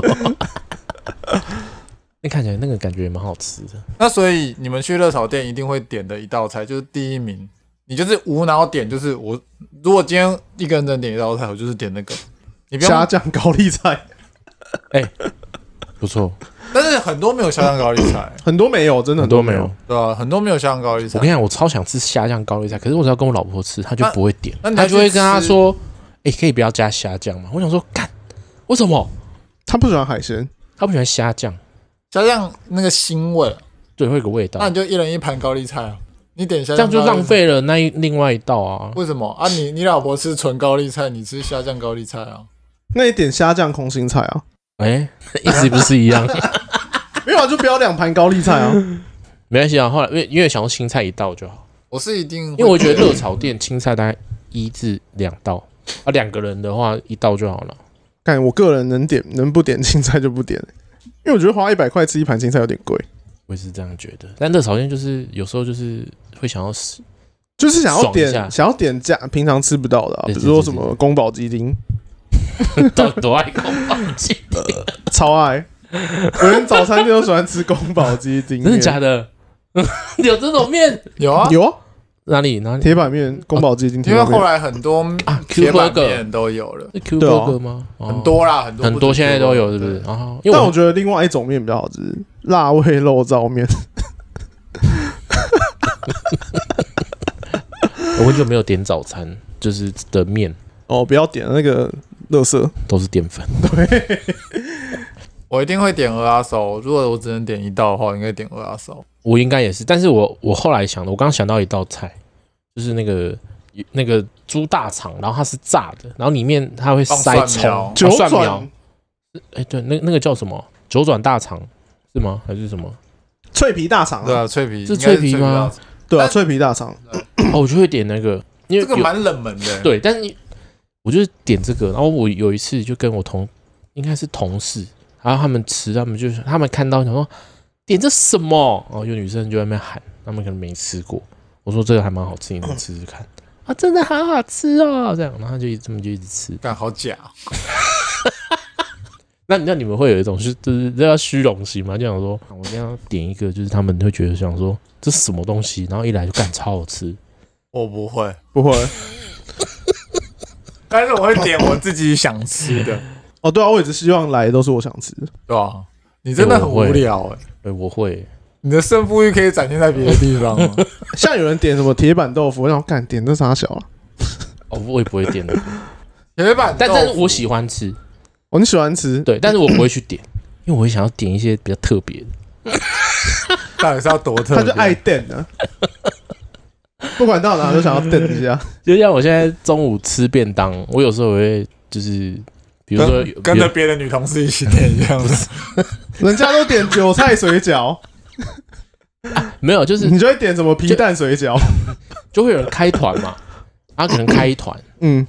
Speaker 3: 那看起来那个感觉也蛮好吃的。
Speaker 2: 那所以你们去热炒店一定会点的一道菜就是第一名，你就是无脑点，就是我如果今天一个人能点一道菜，我就是点那个。你不
Speaker 1: 虾
Speaker 2: 要，
Speaker 1: 酱高丽菜
Speaker 3: 不错，
Speaker 2: 但是很多没有虾酱高丽菜，
Speaker 1: 很多没有，真的
Speaker 3: 很
Speaker 1: 多
Speaker 3: 多没有。。
Speaker 2: 对吧、很多没有虾酱高丽
Speaker 3: 我
Speaker 2: 菜
Speaker 3: 跟你。讲，我超想吃虾酱高丽菜，可是我只要跟我老婆吃，她就不会点，
Speaker 2: 那那你
Speaker 3: 她就会
Speaker 2: 去吃
Speaker 3: 跟她说：“哎、可以不要加虾酱吗？”我想说，干，为什么
Speaker 1: 他不喜欢海鲜，
Speaker 3: 她不喜欢虾酱？
Speaker 2: 虾酱那个腥味，
Speaker 3: 对，会有个味道
Speaker 2: 那，你就一人一盘高丽菜啊。你点虾
Speaker 3: 这
Speaker 2: 酱高
Speaker 3: 样
Speaker 2: 丽
Speaker 3: 就
Speaker 2: 菜
Speaker 3: 浪。费了那一另外一道啊。
Speaker 2: 为什么啊？你你老婆吃纯高丽菜，你吃虾酱高丽菜啊？
Speaker 1: 那你点虾酱空心菜啊？
Speaker 3: 哎、 <laughs> 一直不是一样，
Speaker 1: 没有啊，就不要两盘高丽菜啊。
Speaker 3: 没关系啊。后来因为因为想要青菜一道就好，
Speaker 2: 我是一定会，
Speaker 3: 因为我觉得热炒店青菜大概一至两道啊，两个人的话一道就好了。
Speaker 1: 看我个人能点能不点青菜就不点，因为我觉得花一百块吃一盘青菜有点贵，
Speaker 3: 我也是这样觉得，但热炒店就是有时候就是会想要吃，
Speaker 1: 就是想要
Speaker 3: 爽一下
Speaker 1: 点想要点价平常吃不到的、啊，比
Speaker 3: 对
Speaker 1: 如说什么宫保鸡丁，
Speaker 3: 到底多爱空放
Speaker 2: <laughs>
Speaker 3: 弃，
Speaker 1: 超爱。我连早餐店都喜欢吃宫保鸡丁，
Speaker 3: 真的假的？ <laughs> 有这种面？
Speaker 2: 有啊，
Speaker 1: 有啊，
Speaker 3: 哪里哪里
Speaker 1: 铁板面、宫保鸡丁，
Speaker 2: 因
Speaker 1: 铁
Speaker 2: 为
Speaker 1: 板面
Speaker 2: 后来很多
Speaker 3: 啊
Speaker 2: 铁
Speaker 3: ？Q
Speaker 2: 板
Speaker 3: Burger
Speaker 2: 面都有了，
Speaker 3: 是 Q
Speaker 1: 对啊
Speaker 3: Burger 吗？哦
Speaker 2: 很多啦，很多
Speaker 3: 很
Speaker 2: 不
Speaker 3: 多
Speaker 2: 止
Speaker 3: 现在都
Speaker 2: Q-burger，
Speaker 3: 有，是不是
Speaker 2: 对？
Speaker 3: 啊，因为
Speaker 1: 但我
Speaker 3: 我
Speaker 1: 觉得另外一种面比较好吃，辣味肉燥面。
Speaker 3: 我很久没有点早餐，就是的面
Speaker 1: 哦，不要点那个乐色，
Speaker 3: 都是淀粉。
Speaker 2: 我一定会点鹅阿烧。如果我只能点一道的话，我应该点鹅阿烧。
Speaker 3: 我应该也是，但是我我后来想的，我刚刚想到一道菜，就是那个那个猪大肠，然后它是炸的，然后里面它会
Speaker 2: 放
Speaker 3: 塞
Speaker 2: 蒜
Speaker 3: 葱、
Speaker 2: 苗
Speaker 3: 啊
Speaker 1: 九
Speaker 3: 蒜苗
Speaker 1: 转。
Speaker 3: 哎，对，那那个叫什么？九转大肠是吗？还是什么？
Speaker 1: 脆皮大肠
Speaker 2: 对
Speaker 1: 啊，
Speaker 2: 啊，脆皮
Speaker 3: 这
Speaker 2: 应该是
Speaker 3: 脆皮
Speaker 2: 大
Speaker 3: 吗
Speaker 2: 肠
Speaker 1: 对啊，
Speaker 2: 但
Speaker 1: 脆皮大肠。
Speaker 3: 哦，我就会点那个，因为
Speaker 2: 这个
Speaker 3: 有
Speaker 2: 蛮冷门的。，
Speaker 3: 对，但是我就是点这个，然后我有一次就跟我同应该是同事，然后他们吃，他们就是他们看到想说点这什么，然后有女生就在那边喊，他们可能没吃过，我我说这个还蛮好吃，你们吃吃看。 <clears throat> 啊，真的好好吃哦，这样，然后就一他们就一直吃。
Speaker 2: 干好假哦，
Speaker 3: 那那你们会有一种就是就是这叫虚荣心吗？就想说，我一定要点一个，就是他们会觉得想说这是什么东西，然后一来就干超好吃。
Speaker 2: 我不会，
Speaker 1: 不会。
Speaker 2: 但是我会点我自己想吃
Speaker 3: <laughs>
Speaker 2: 的，
Speaker 1: 哦，对啊，我也是希望来的都是我想吃的。
Speaker 2: 对吧、你真的很无聊哎、
Speaker 3: 对，我会，
Speaker 2: 你的胜负欲可以展现在别的地方
Speaker 3: <laughs>
Speaker 2: 吗？
Speaker 1: 像有人点什么铁板豆腐，我想干点这啥小啊？
Speaker 3: 哦，我也不会
Speaker 2: <laughs>
Speaker 3: 点的，
Speaker 2: 铁板豆
Speaker 3: 但
Speaker 2: 腐，
Speaker 3: 但是我喜欢吃，
Speaker 1: 哦，你喜欢吃？
Speaker 3: 对，但是我不会去点，因为我会想要点一些比较特别的。
Speaker 2: 到底是要多特别？
Speaker 1: 他就爱电啊，不管到哪都想要电一下。
Speaker 3: 就像我现在中午吃便当，我有时候我会就是，比如说有
Speaker 2: 跟跟
Speaker 3: 比
Speaker 2: 着
Speaker 3: 如
Speaker 2: 别的女同事一起点这
Speaker 3: <laughs>
Speaker 2: 样子，
Speaker 1: 人家都点韭菜水饺，
Speaker 3: 没有，
Speaker 2: <laughs>
Speaker 3: 就是
Speaker 1: 你就会点什么皮蛋水饺？
Speaker 3: 就会有人开团嘛，他可能开一团，
Speaker 1: 嗯，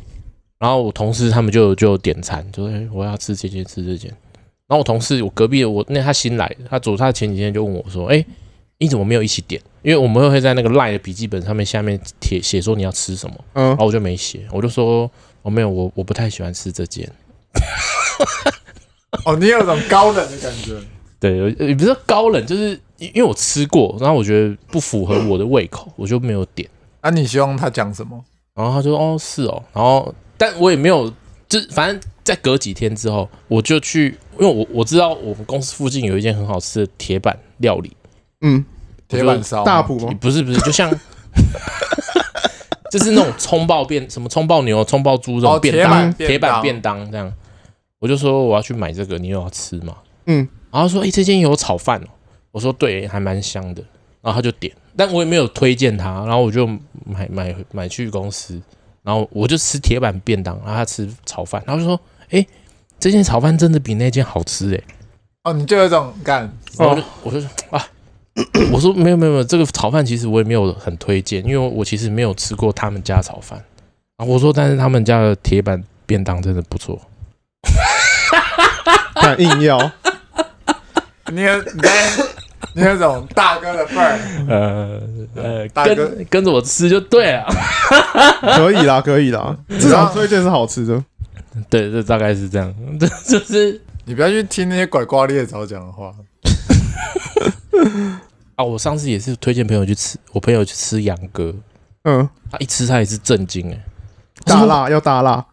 Speaker 3: 然后我同事他们就就点餐，就说、哎我要吃这间吃这间。然后我同事我隔壁的我那他新来的，他昨他前几天就问我说，哎、你怎么没有一起点？因为我们会在那个赖的笔记本上面下面贴写说你要吃什么，
Speaker 1: 嗯
Speaker 3: 然，后我就没写，我就说我、没有，我我不太喜欢吃这间。
Speaker 2: 哦，你有种高冷的感觉，
Speaker 3: 对，有呃也不是高冷，就是因因为我吃过，然后我觉得不符合我的胃口，我就没有点。
Speaker 2: 那、啊你希望他讲什么？
Speaker 3: 然后他就说哦是哦，然后但我也没有，就是反正再隔几天之后，我就去，因为我我知道我们公司附近有一间很好吃的铁板料理，
Speaker 1: 嗯，
Speaker 2: 铁板烧吗
Speaker 1: 大埔吗？
Speaker 3: 不是不是，就像 <laughs> 就是那种葱爆便什么葱爆牛、葱爆猪这
Speaker 2: 哦，
Speaker 3: 种便
Speaker 2: 铁
Speaker 3: 当，
Speaker 2: 板
Speaker 3: 铁板便
Speaker 2: 当，
Speaker 3: 当这样。我就说我要去买这个，你有要吃吗？
Speaker 1: 嗯，
Speaker 3: 然后他说哎、这间有炒饭哦，我说对，还蛮香的。然后他就点，但我也没有推荐他，然后我就买买买去公司，然后我就吃铁板便当，然后他吃炒饭，然后就说哎、这间炒饭真的比那间好吃哎、
Speaker 2: 哦，你就有一种干，
Speaker 3: 然后我就、我就说啊， <coughs> 我说没有没有没有，这个炒饭其实我也没有很推荐，因为我其实没有吃过他们家炒饭啊。我说但是他们家的铁板便当真的不错。
Speaker 1: 敢硬要？
Speaker 2: 你有你在你有种大哥的份儿，
Speaker 3: 呃
Speaker 1: 嗯
Speaker 3: 呃，
Speaker 2: 大哥
Speaker 3: 跟跟着我吃就对了。 <laughs>
Speaker 1: 可以啦，可以啦，至少推荐是好吃的。
Speaker 3: 对，这大概是这样， <laughs> 这就是
Speaker 2: 你不要去听那些拐瓜裂枣讲的话。
Speaker 3: 啊，我上次也是推荐朋友去吃，我朋友去吃羊哥，
Speaker 1: 嗯，
Speaker 3: 他一吃他也是震惊哎、
Speaker 1: 大辣要大辣，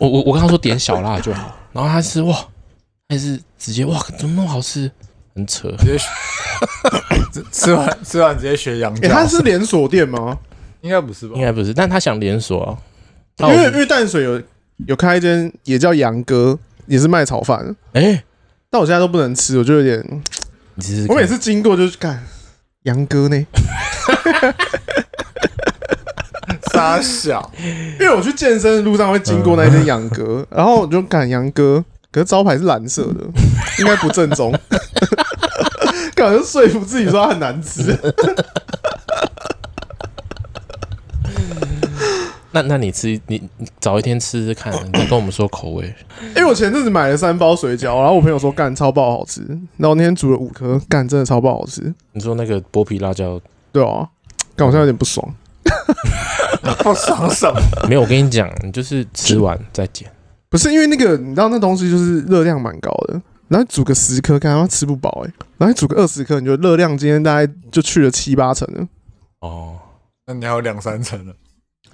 Speaker 3: 我我我跟他说点小辣就好，然后他吃哇，他也是直接哇，怎么那么好吃，很扯。
Speaker 2: 直接 <laughs> 学吃吃完吃完直接学羊
Speaker 1: 诶，
Speaker 2: 角，
Speaker 1: 它是连锁店吗？
Speaker 2: 应该不是吧
Speaker 3: 应？该不是，但他想连锁啊。
Speaker 1: 因
Speaker 3: 那
Speaker 1: 为
Speaker 3: 我
Speaker 1: 因为淡水有有开一间也叫杨哥，也是卖炒饭，
Speaker 3: 哎、
Speaker 1: 但我现在都不能吃，我就有点，
Speaker 3: 你试试
Speaker 1: 我
Speaker 3: 看，
Speaker 1: 每次经过就是干杨哥呢，
Speaker 2: 傻小，
Speaker 1: 因为我去健身的路上会经过那间杨哥，然后我就赶杨哥，可是招牌是蓝色的，应该不正宗。 <laughs> 感觉说服自己说它很难吃，
Speaker 3: 那那你吃你你早一天吃吃看，你再跟我们说口味。
Speaker 1: 因为我前阵子买了三包水饺，然后我朋友说干超爆好吃，然后我那天煮了五颗，干真的超爆好吃，
Speaker 3: 你说那个剥皮辣椒
Speaker 1: 对啊，干我现在有点不爽，
Speaker 2: 不爽什么？
Speaker 3: 没有？我跟你讲，你就是吃完再减。
Speaker 1: 不是因为那个你知道那东西就是热量蛮高的，然后煮个十颗干他妈吃不饱哎、然后你煮个二十颗，你就热量今天大概就去了七八成了，
Speaker 3: 哦，
Speaker 2: 那你还有两三层了，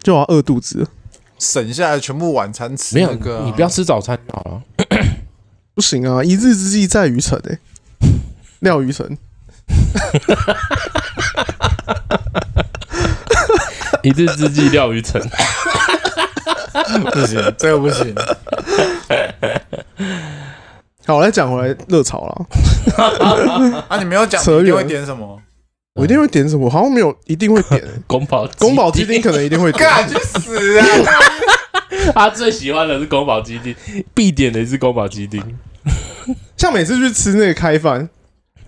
Speaker 1: 就要饿肚子了，
Speaker 2: 省下来全部晚餐吃
Speaker 3: 没有，
Speaker 2: 那个啊，
Speaker 3: 你不要吃早餐就好了。
Speaker 1: 不行啊，一日之计在于晨哎、廖于晨。
Speaker 3: <laughs> 一日之计料于晨。
Speaker 2: 不行， <laughs> 这个不行。
Speaker 1: 好，我来讲回来热炒啦。
Speaker 3: 嗯
Speaker 2: 啊，你没有讲
Speaker 1: 扯远
Speaker 2: 你一定会点什么？
Speaker 1: 我一定会点什么？我好像没有，一定会点、
Speaker 3: <laughs>
Speaker 1: 欸
Speaker 3: 宫保鸡
Speaker 1: 宫保鸡丁，可能一定会点。
Speaker 2: <laughs> 干去死啊！
Speaker 3: <laughs> 他最喜欢的是宫保鸡丁，必点的是宫保鸡丁。
Speaker 1: 像每次去吃那个开饭，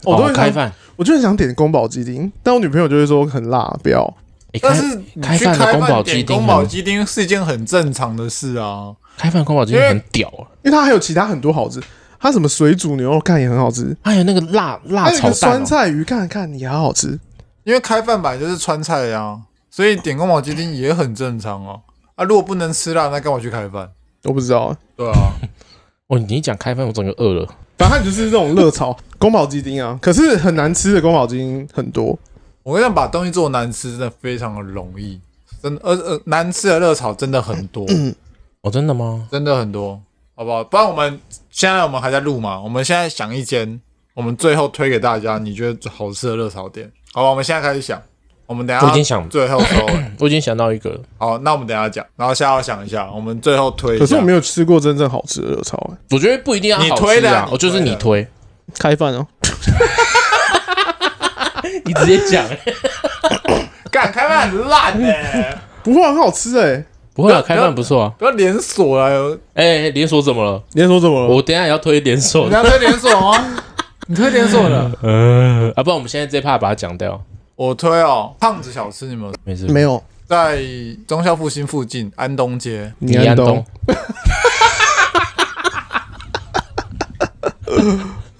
Speaker 1: 我都会想
Speaker 3: 哦开，饭，
Speaker 1: 我就很想点宫保鸡丁，但我女朋友就会说很辣，不要。
Speaker 3: 诶
Speaker 2: <laughs> 但
Speaker 3: 开
Speaker 2: 是你去
Speaker 3: 开饭的宫保
Speaker 2: 饭
Speaker 3: 鸡
Speaker 2: 点
Speaker 3: 丁
Speaker 2: 宫保
Speaker 3: 很
Speaker 2: 鸡丁是一件很正常的事啊。
Speaker 3: 开饭宫保鸡丁很屌啊！
Speaker 1: 因为它还有其他很多好吃，它什么水煮牛肉干也很好吃，
Speaker 3: 还有那个辣辣
Speaker 1: 还有一
Speaker 3: 啊炒
Speaker 1: 个
Speaker 3: 蛋
Speaker 1: 酸
Speaker 3: 哦，
Speaker 1: 菜鱼干看也好好吃。
Speaker 2: 因为开饭版就是川菜呀，所以点宫保鸡丁也很正常哦。啊，如果不能吃辣，那干嘛去开饭？
Speaker 1: 我不知道，
Speaker 2: 对啊，
Speaker 3: 哦，你一讲开饭，我整个饿了。
Speaker 1: 反正它就是这种热炒 <laughs> 宫保鸡丁啊。可是很难吃的宫保鸡丁很多，
Speaker 2: 我跟你讲，把东西做难吃真的非常的容易，真的，呃呃，难吃的热炒真的很多，
Speaker 3: 哦，真的吗？
Speaker 2: 真的很多，好不好？不然我们现在我们还在录嘛，我们现在想一间，我们最后推给大家，你觉得好吃的热炒店，好吧？我们现在开始想，我们等一
Speaker 3: 我已经
Speaker 2: 下
Speaker 3: 想，
Speaker 2: 最后收尾，
Speaker 3: 我已经想到一个了，
Speaker 2: 好，那我们等一下讲，然后下午想一下，我们最后推一下，
Speaker 1: 可是我没有吃过真正好吃的热炒、欸，
Speaker 3: 我觉得不一定要
Speaker 2: 你
Speaker 3: 好吃
Speaker 2: 推的啊
Speaker 3: 啊，我就是
Speaker 2: 你
Speaker 3: 你推，
Speaker 1: 开饭哦、
Speaker 3: 你直接讲，
Speaker 2: 敢开饭很烂呢、欸
Speaker 1: 不会很好吃哎、
Speaker 3: 不会
Speaker 2: 不要
Speaker 3: 啊，开饭不错啊。
Speaker 2: 不要连锁了，
Speaker 3: 哎，连锁怎么了？
Speaker 1: 你在说什么？
Speaker 3: 我等一下也要推连锁
Speaker 2: 你
Speaker 3: 的，
Speaker 2: 要推连锁吗？你推连锁的，
Speaker 3: <laughs> 嗯，啊，不然我们现在这一趴把它讲掉，
Speaker 2: <laughs> 我推哦，胖子小吃你们有
Speaker 3: 没事，
Speaker 1: 没有，
Speaker 2: 在中校复兴附近安东街，
Speaker 1: 你
Speaker 3: 安
Speaker 1: 安
Speaker 3: 东
Speaker 1: 东，
Speaker 2: <laughs>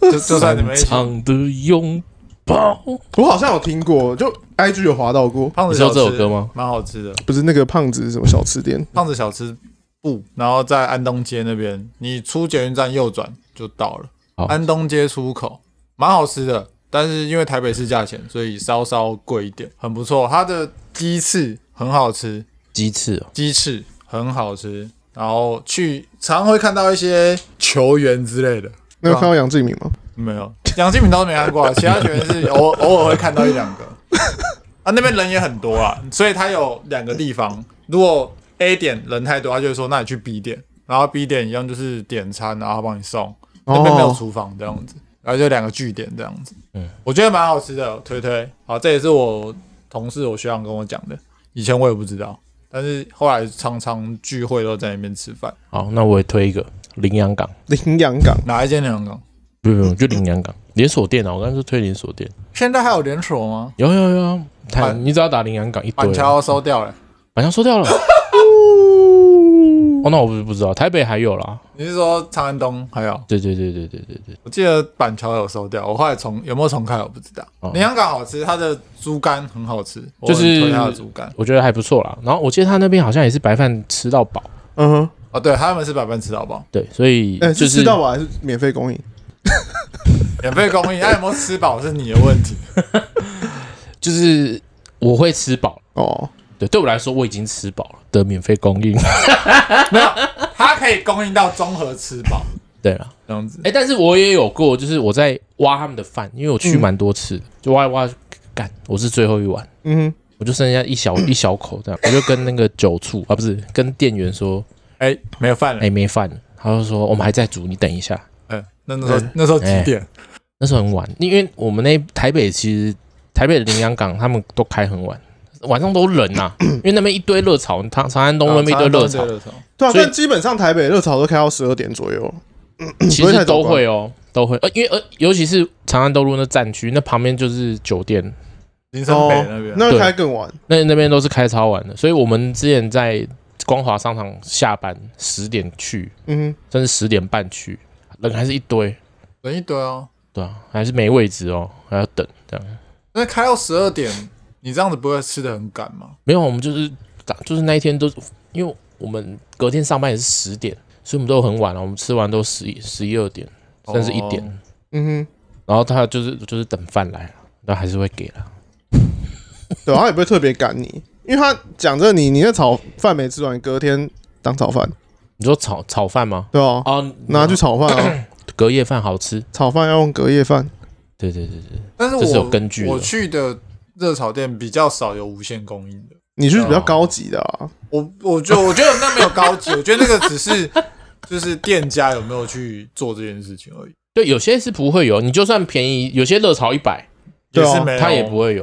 Speaker 2: 就就算你们一
Speaker 3: 漫
Speaker 2: 起。
Speaker 3: 长的拥抱，
Speaker 1: 我好像有听过，就 IG 有滑到过，
Speaker 2: 胖子小吃
Speaker 3: 你知道这首歌吗？
Speaker 2: 蛮好吃的，
Speaker 1: 不是那个胖子什么小吃店，
Speaker 2: 胖子小吃部，然后在安东街那边，你出捷运站右转就到了
Speaker 3: 好，
Speaker 2: 安东街出口，蛮好吃的。但是因为台北市价钱，所以稍稍贵一点，很不错。它的鸡翅很好吃，
Speaker 3: 鸡翅哦，
Speaker 2: 鸡翅很好吃。然后去常会看到一些球员之类的，
Speaker 1: 那有看到杨敬敏吗？
Speaker 2: 没有，杨敬敏倒是没看过啊，其他球员是偶偶尔会看到一两个。啊，那边人也很多啊，所以他有两个地方。如果 A 点人太多，他就会说那你去 B 点，然后 B 点一样就是点餐，然后他帮你送。那边没有
Speaker 1: 哦，
Speaker 2: 厨房这样子，然后就两个据点这样子。
Speaker 3: 嗯
Speaker 2: 我觉得蛮好吃的，推推。好，这也是我同事我学长跟我讲的，以前我也不知道，但是后来常常聚会都在那边吃饭。
Speaker 3: 好，那我也推一个羚羊港，
Speaker 1: 羚羊港
Speaker 2: 哪一间两港？
Speaker 3: 不不不，就羚羊港连锁店啊，我刚才说推连锁店，
Speaker 2: 现在还有连锁吗？
Speaker 3: 有有有，他
Speaker 2: 板
Speaker 3: 你只要打羚羊港一堆
Speaker 2: 板，桥收掉了、
Speaker 3: 板桥收掉了， <laughs> 哦，那我不是不知道，台北还有啦，
Speaker 2: 你是说长安东还有？
Speaker 3: 对对对对对对对，
Speaker 2: 我记得板桥有收掉，我后来重有没有重开我不知道
Speaker 3: 哦。
Speaker 2: 羚羊港好吃，它的猪肝很好吃，我
Speaker 3: 就是
Speaker 2: 很推它的猪肝。
Speaker 3: 我觉得还不错啦。然后我记得他那边好像也是白饭吃到饱，
Speaker 1: 嗯哼，
Speaker 2: 哦，对，他们是百分吃到饱，
Speaker 3: 对，所以
Speaker 1: 哎、
Speaker 3: 就是
Speaker 1: 吃到饱还是免费供应？
Speaker 2: 免费供应。那有没有吃饱是你的问
Speaker 3: <laughs>
Speaker 2: 题。
Speaker 3: 就是我会吃饱，
Speaker 1: 哦，
Speaker 3: 对，对我来说我已经吃饱了的免费供应， <laughs>
Speaker 2: 没有，它可以供应到综合吃饱
Speaker 3: 对了。
Speaker 2: 这样子
Speaker 3: 哎、。但是我也有过，就是我在挖他们的饭，因为我去蛮多次的，就挖一挖，干，我是最后一碗，
Speaker 1: 嗯
Speaker 3: 我就剩下一小一小口这样，我就跟那个酒醋啊，不是跟店员说，
Speaker 2: 哎、没有饭了
Speaker 3: 哎、。没饭了，他就说我们还在煮，你等一下。
Speaker 2: 嗯、那那时
Speaker 3: 哎
Speaker 2: 候、那时候几点？
Speaker 3: 那时候很晚，因为我们那台北其实台北的羚羊港他们都开很晚，晚上都人呐、因为那边一堆热炒，长长安东那边一堆热炒，
Speaker 2: 热炒。
Speaker 1: 哼，对啊，
Speaker 3: 所以
Speaker 1: 但基本上台北热炒都开到十二点左右，
Speaker 3: 其实都会哦，都会，呃，因为呃，尤其是长安东路那站区，那旁边就是酒店，
Speaker 2: 林森北
Speaker 1: 哦
Speaker 2: 那边，，
Speaker 1: 那
Speaker 3: 对
Speaker 1: 开更晚，
Speaker 3: 那那边都是开超晚的，所以我们之前在光华商场下班十点去，
Speaker 1: 嗯
Speaker 3: 甚至十点半去，人还是一堆，
Speaker 2: 人一堆哦。
Speaker 3: 对啊，还是没位置哦，还要等这样。
Speaker 2: 那开到十二点，你这样子不会吃的很赶吗？
Speaker 3: 没有，我们就是打，就是那一天都，因为我们隔天上班也是十点，所以我们都很晚了，我们吃完都十一十一二点，甚至一点，
Speaker 2: 哦
Speaker 1: 哼嗯
Speaker 3: 然后他就是就是等饭来了，那还是会给了。
Speaker 1: 哼，对啊，他也不会特别赶你，因为他讲着你，你那炒饭没吃完，你隔天当炒饭，
Speaker 3: 你说炒炒饭吗？
Speaker 1: 对啊，
Speaker 3: 哦，
Speaker 1: 拿去炒饭啊，
Speaker 3: 隔夜饭好吃，
Speaker 1: 炒饭要用隔夜饭，
Speaker 3: 对对对对，
Speaker 2: 但是我
Speaker 3: 这是有根据的
Speaker 2: 我去的热炒店比较少有无限供应的。
Speaker 1: 你去比较高级的啊，
Speaker 2: 我我就我觉得那没有高级，我觉得那个只是就是店家有没有去做这件事情而已，
Speaker 3: 对，有些是不会有，你就算便宜，有些热炒一百，
Speaker 2: 也
Speaker 1: 对啊
Speaker 2: 是没有，
Speaker 3: 他也不会有，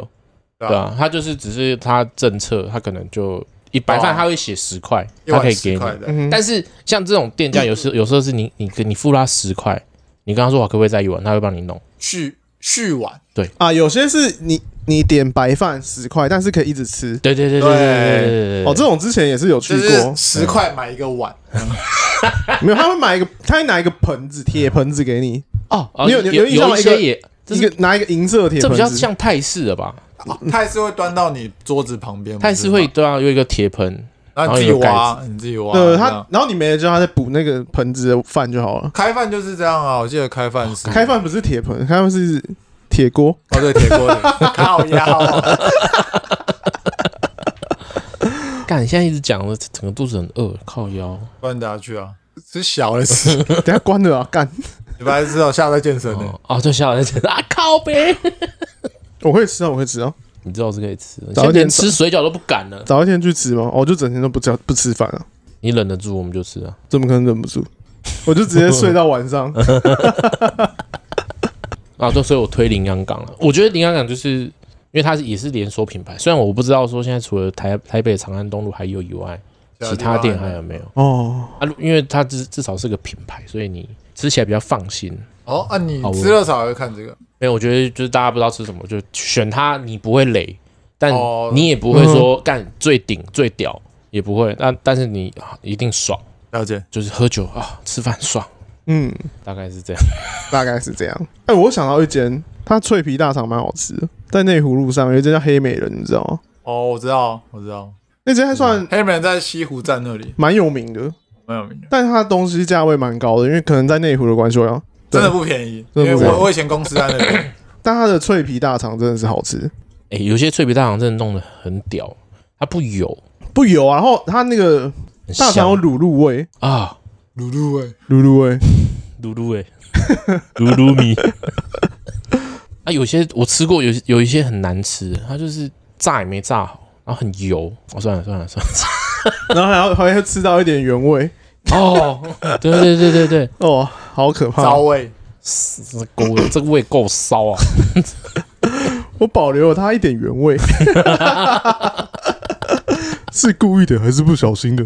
Speaker 2: 对
Speaker 3: 对
Speaker 2: 啊
Speaker 3: 啊，他就是只是他政策，他可能就一白
Speaker 2: 对啊
Speaker 3: 饭他会写十块，
Speaker 2: 一
Speaker 3: 他可
Speaker 2: 碗
Speaker 3: 以
Speaker 2: 十
Speaker 3: 给你，
Speaker 2: 块的。
Speaker 1: 嗯哼，
Speaker 3: 但是像这种店家，有时有时候是你你你付他十块，你跟他说我可不可以再一碗，他会帮你弄。
Speaker 2: 续续碗，
Speaker 1: 啊，有些是你你点白饭十块，但是可以一直吃，
Speaker 3: 对对对对对对对对。
Speaker 1: 哦，这种之前也是有去
Speaker 2: 就
Speaker 1: 过
Speaker 2: 是，
Speaker 3: 嗯
Speaker 2: 十块买一个碗，
Speaker 1: 没有，他会买一个，他会拿一个盆子，铁盆子给你，
Speaker 3: 哦，
Speaker 1: 你有你有
Speaker 3: 有
Speaker 1: 印象
Speaker 3: 有
Speaker 1: 吗
Speaker 3: 一
Speaker 1: 一
Speaker 3: 些
Speaker 1: 个
Speaker 3: 也这
Speaker 1: 一
Speaker 3: 是
Speaker 1: 个拿一个银色的铁
Speaker 3: 这
Speaker 1: 盆
Speaker 3: 比
Speaker 1: 子，
Speaker 3: 较像泰式的吧？
Speaker 2: 哦他也是会端到你桌子旁边，
Speaker 3: 他还是会，对啊，有一个铁盆，
Speaker 2: 然后你自己挖，你自己挖。
Speaker 1: 对
Speaker 2: 这样
Speaker 1: 他，然后你没了之后，他再补那个盆子的饭就好了。
Speaker 2: 开饭就是这样啊，我记得开饭
Speaker 3: 哦
Speaker 2: 是
Speaker 1: 开饭不是铁盆，开饭是铁锅。
Speaker 2: 哦，对，铁锅的靠腰，
Speaker 3: 干，你现在一直讲，我整个肚子很饿，靠腰。
Speaker 2: 不然等下去啊，吃小的吃，
Speaker 1: 等下关了啊，干！
Speaker 2: 你白知道下在健身呢，
Speaker 3: 哦，哦对，下午在吃啊，靠呗。
Speaker 1: 我会吃啊，我会吃啊，
Speaker 3: 你知道我是可以吃的，你
Speaker 1: 早
Speaker 3: 现在
Speaker 1: 一点
Speaker 3: 连吃水饺都不敢了。
Speaker 1: 早一天去吃嘛，哦我就整天都不吃不吃饭啊，
Speaker 3: 你忍得住，我们就吃啊。
Speaker 1: 怎么可能忍不住？我就直接睡到晚
Speaker 2: <laughs>
Speaker 1: 上。
Speaker 3: 啊，对，所以我推林洋港了。我觉得林洋港就是因为它是也是连锁品牌，虽然我不知道说现在除了台台北长安东路还有以外，其他店啊还有没有
Speaker 1: 哦，
Speaker 3: 啊？因为它至至少是个品牌，所以你吃起来比较放心。
Speaker 2: 哦，啊，你
Speaker 3: 好我
Speaker 2: 吃了少会看这个，
Speaker 3: 因为我觉得就是大家不知道吃什么，就选它，你不会累，但
Speaker 2: 哦
Speaker 3: 你也不会
Speaker 1: 嗯
Speaker 3: 说干最顶最屌，也不会。那但是你啊一定爽，
Speaker 2: 了解，
Speaker 3: 就是喝酒啊，吃饭爽，
Speaker 1: 嗯，
Speaker 3: 大概是这样。
Speaker 1: 大概是这样。哎、我想到一间，它脆皮大肠蛮好吃的，在内湖路上有一间叫黑美人，你知道吗？
Speaker 2: 哦，我知道，我知道，
Speaker 1: 那间还算
Speaker 2: 黑人在西湖站那里
Speaker 1: 蛮有名的，
Speaker 2: 蛮有名的，
Speaker 1: 但是它的东西价位蛮高的，因为可能在内湖的关系吧。对
Speaker 2: 真的不便宜，因
Speaker 1: 真的
Speaker 2: 为
Speaker 1: 不便宜
Speaker 2: 我我以前公司在
Speaker 1: <laughs>
Speaker 2: 那里，
Speaker 1: 但它的脆皮大肠真的是好吃，
Speaker 3: 哎、有些脆皮大肠真的弄得很屌，它不油，
Speaker 1: 不油啊。然后它那个
Speaker 3: 很
Speaker 1: 大肠有
Speaker 3: 香
Speaker 1: 卤入味，
Speaker 3: 啊，
Speaker 2: 鲁鲁哎，
Speaker 1: 卤入味，
Speaker 3: 噜噜 <laughs> 哎，噜噜米。 <laughs> 啊，有些我吃过，有有一些很难吃，它就是炸也没炸好，然后很油。哦，算了算了算了。
Speaker 1: 然后还要还要吃到一点原味，
Speaker 3: 哦， <laughs> 对对对对对，
Speaker 1: 哦，好可怕
Speaker 2: <laughs> 骚！味，
Speaker 3: 这够这个味够骚啊！
Speaker 1: 我保留了它一点原味， <laughs> 是故意的还是不小心的？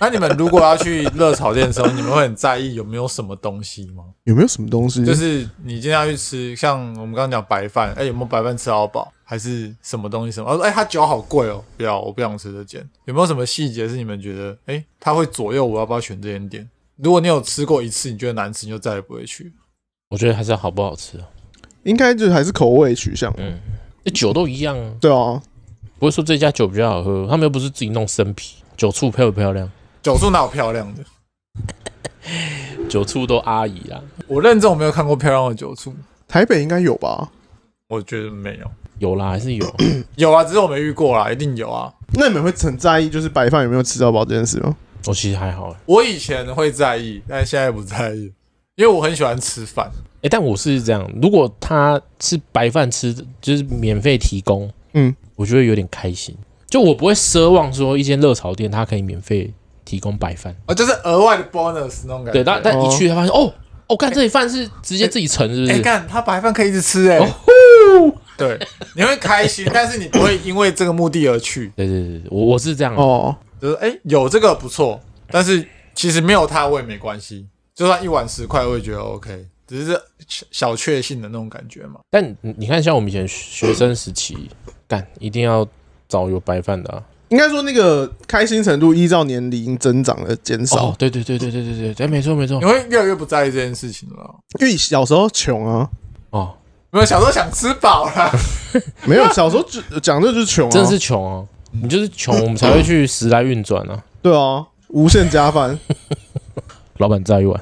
Speaker 2: 那你们如果要去热炒店的时候，你们会很在意有没有什么东西吗？
Speaker 1: 有没有什么东西？
Speaker 2: 就是你今天要去吃，像我们刚刚讲白饭，哎、有没有白饭吃到饱，还是什么东西什么？他说，哎、它酒好贵哦，不要，我不想吃这间。有没有什么细节是你们觉得，哎、它会左右我要不要选这间店？如果你有吃过一次，你觉得难吃，你就再也不会去。
Speaker 3: 我觉得还是要好不好吃啊。
Speaker 1: 应该就还是口味取向。
Speaker 3: 那酒都一样啊，
Speaker 1: 对啊，
Speaker 3: 不会说这家酒比较好喝，他们又不是自己弄生啤，酒醋漂不漂亮？
Speaker 2: 酒醋哪有漂亮的？
Speaker 3: 酒醋都阿姨啊啦，
Speaker 2: 我认真我没有看过漂亮的酒醋，
Speaker 1: 台北应该有吧？
Speaker 2: 我觉得没有。
Speaker 3: 有啦还是有。
Speaker 2: 有啊，只是我没遇过啦，一定有啊。
Speaker 1: 那你们会很在意就是白饭有没有吃到饱这件事吗？
Speaker 3: 我其实还好欸，
Speaker 2: 我以前会在意，但现在不在意，因为我很喜欢吃饭。
Speaker 3: 哎，但我是这样，如果他是白饭吃，就是免费提供，
Speaker 1: 嗯，
Speaker 3: 我觉得有点开心。就我不会奢望说一间热炒店它可以免费提供白饭，
Speaker 2: 哦，就是额外的 bonus 那种感觉。
Speaker 3: 对，但但一去他发现哦，哦，干这里饭是直接自己盛，是不
Speaker 2: 哎、
Speaker 3: 是？哦
Speaker 2: 干，他白饭可以一直吃哎、对，你会开心，但是你不会因为这个目的而去，
Speaker 3: 对对对，对我我是这样啊，
Speaker 1: 哦，
Speaker 2: 就是哎、有这个不错，但是其实没有它我也没关系，就算一碗十块我也觉得 OK，只是小小确幸的那种感觉嘛。
Speaker 3: 但你你看，像我们以前学生时期，干一定要找有白饭的、啊。
Speaker 1: 应该说那个开心程度依照年龄增长的减少，
Speaker 3: 哦，对对对对对对对对，哎没错没错
Speaker 2: 你。会越来越不在意这件事情了啦。
Speaker 1: 因为小时候穷啊，
Speaker 3: 哦，
Speaker 2: 没有小时候想吃饱啦，
Speaker 1: 没有小时候就讲这就是穷啊，
Speaker 3: 真的是穷哦，你就是穷，我们才会去时来运转啊。
Speaker 1: 对啊，无限加饭，
Speaker 3: 老板炸一碗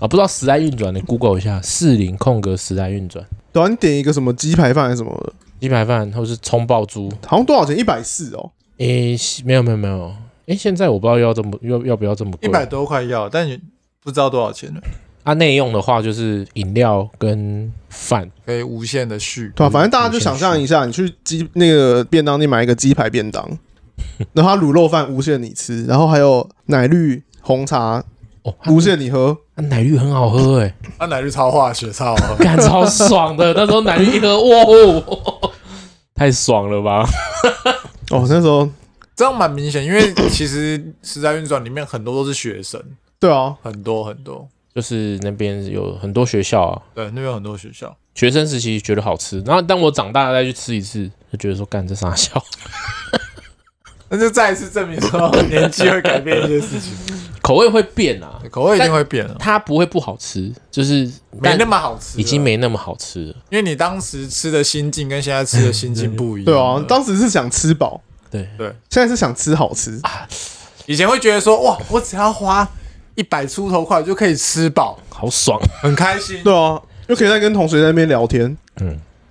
Speaker 3: 啊，不知道时来运转的，Google 一下四零空格时来运转
Speaker 1: 对啊，你点一个什么鸡排饭还是什么的，
Speaker 3: 鸡排饭，或是葱爆猪。
Speaker 1: 好像多少钱？一百四哦，
Speaker 3: 诶，没有没有没有，诶，现在我不知道要这么要要不要这么
Speaker 2: 一
Speaker 3: 贵。
Speaker 2: 百多块要，但也不知道多少钱了，
Speaker 3: 啊，内用的话就是饮料跟饭，
Speaker 2: 可以无限的续。嗯
Speaker 1: 对啊，反正大家就想象一下，你去鸡那个便当店买一个鸡排便
Speaker 3: <laughs>
Speaker 1: 当，然后它卤肉饭无限你吃，然后还有奶绿红茶
Speaker 3: 哦，它
Speaker 1: 无限你喝，
Speaker 3: 它奶绿很好喝诶。
Speaker 2: 他奶绿超化学，超
Speaker 1: <laughs>
Speaker 2: 好喝
Speaker 3: 感超爽的。那时候男一喝，哇哦， <laughs> 太爽了吧？
Speaker 1: 哦，那时候
Speaker 2: 这样蛮明显，因为其实时代运转里面很多都是学生，
Speaker 1: 对啊，
Speaker 2: 很多很多，
Speaker 3: 就是那边有很多学校啊，
Speaker 2: 对，那边有很多学校。
Speaker 3: 学生时期觉得好吃，然后当我长大了再去吃一次，就觉得说干这傻笑，
Speaker 2: 那就再一次证明说年纪会改变一些事情。
Speaker 3: 口味会变啊，
Speaker 2: <laughs> 口味一定会变了，
Speaker 3: 它不会不好吃，就是
Speaker 2: 没
Speaker 3: 但
Speaker 2: 那么好吃了，啊
Speaker 3: 已经没那么好吃了。
Speaker 2: 因为你当时吃的心境跟现在吃的心境不一样
Speaker 1: 对
Speaker 2: 了。
Speaker 1: 啊，当时是想吃饱，
Speaker 3: 对，
Speaker 1: 现在是想吃好吃。
Speaker 2: 啊以前会觉得说，哇，我只要花一百出头块就可以吃饱，
Speaker 3: 好爽，
Speaker 2: 很开心。
Speaker 1: 对啊，又可以再跟同学在那边聊天。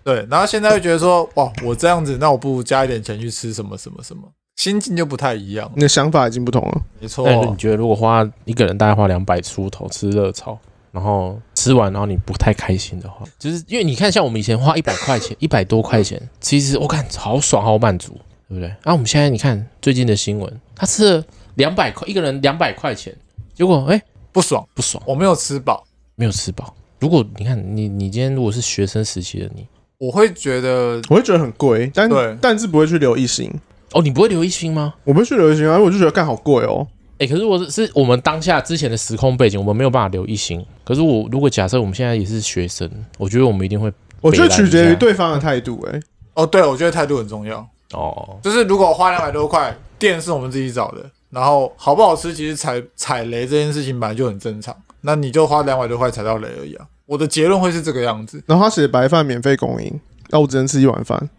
Speaker 2: 对，然后现在会觉得说，哇，我这样子，那我不如加一点钱去吃什么什么什么，心境就不太一样了。
Speaker 1: 你的想法已经不同了。
Speaker 2: 没错，
Speaker 3: 那你觉得如果花一个人大概花两百出头吃热炒，然后吃完然后你不太开心的话，就是因为你看像我们以前花一百
Speaker 2: <laughs>
Speaker 3: 块钱、一百多块钱，其实我看好爽好满足，对不对？啊，我们现在你看最近的新闻，他吃了两百块一个人两百块钱，结果哎
Speaker 2: 不爽，
Speaker 3: 不爽，
Speaker 2: 我没有吃饱，
Speaker 3: 没有吃饱。如果你看你你今天如果是学生时期的你，
Speaker 2: 我会觉得
Speaker 1: 我会觉得很贵，但
Speaker 2: 对
Speaker 1: 但是不会去留一星，
Speaker 3: 哦，你不会留一星吗？
Speaker 1: 我不会去留一星啊，因为我就觉得干好贵哦。
Speaker 3: 哎、可是我是是我们当下之前的时空背景，我们没有办法留一星。可是我如果假设我们现在也是学生，我觉得我们一定会
Speaker 1: 我觉得取决于
Speaker 3: 北兰一下
Speaker 1: 哦对方的态度、欸，哎，
Speaker 2: 哦，对，我觉得态度很重要。
Speaker 3: 哦，
Speaker 2: 就是如果花两百多块，店是我们自己找的，然后好不好吃，其实踩踩雷这件事情本来就很正常，那你就花两百多块踩到雷而已啊。我的结论会是这个样子，
Speaker 1: 然后他写白饭免费供应，那、我只能吃一碗
Speaker 2: <laughs>
Speaker 1: 饭，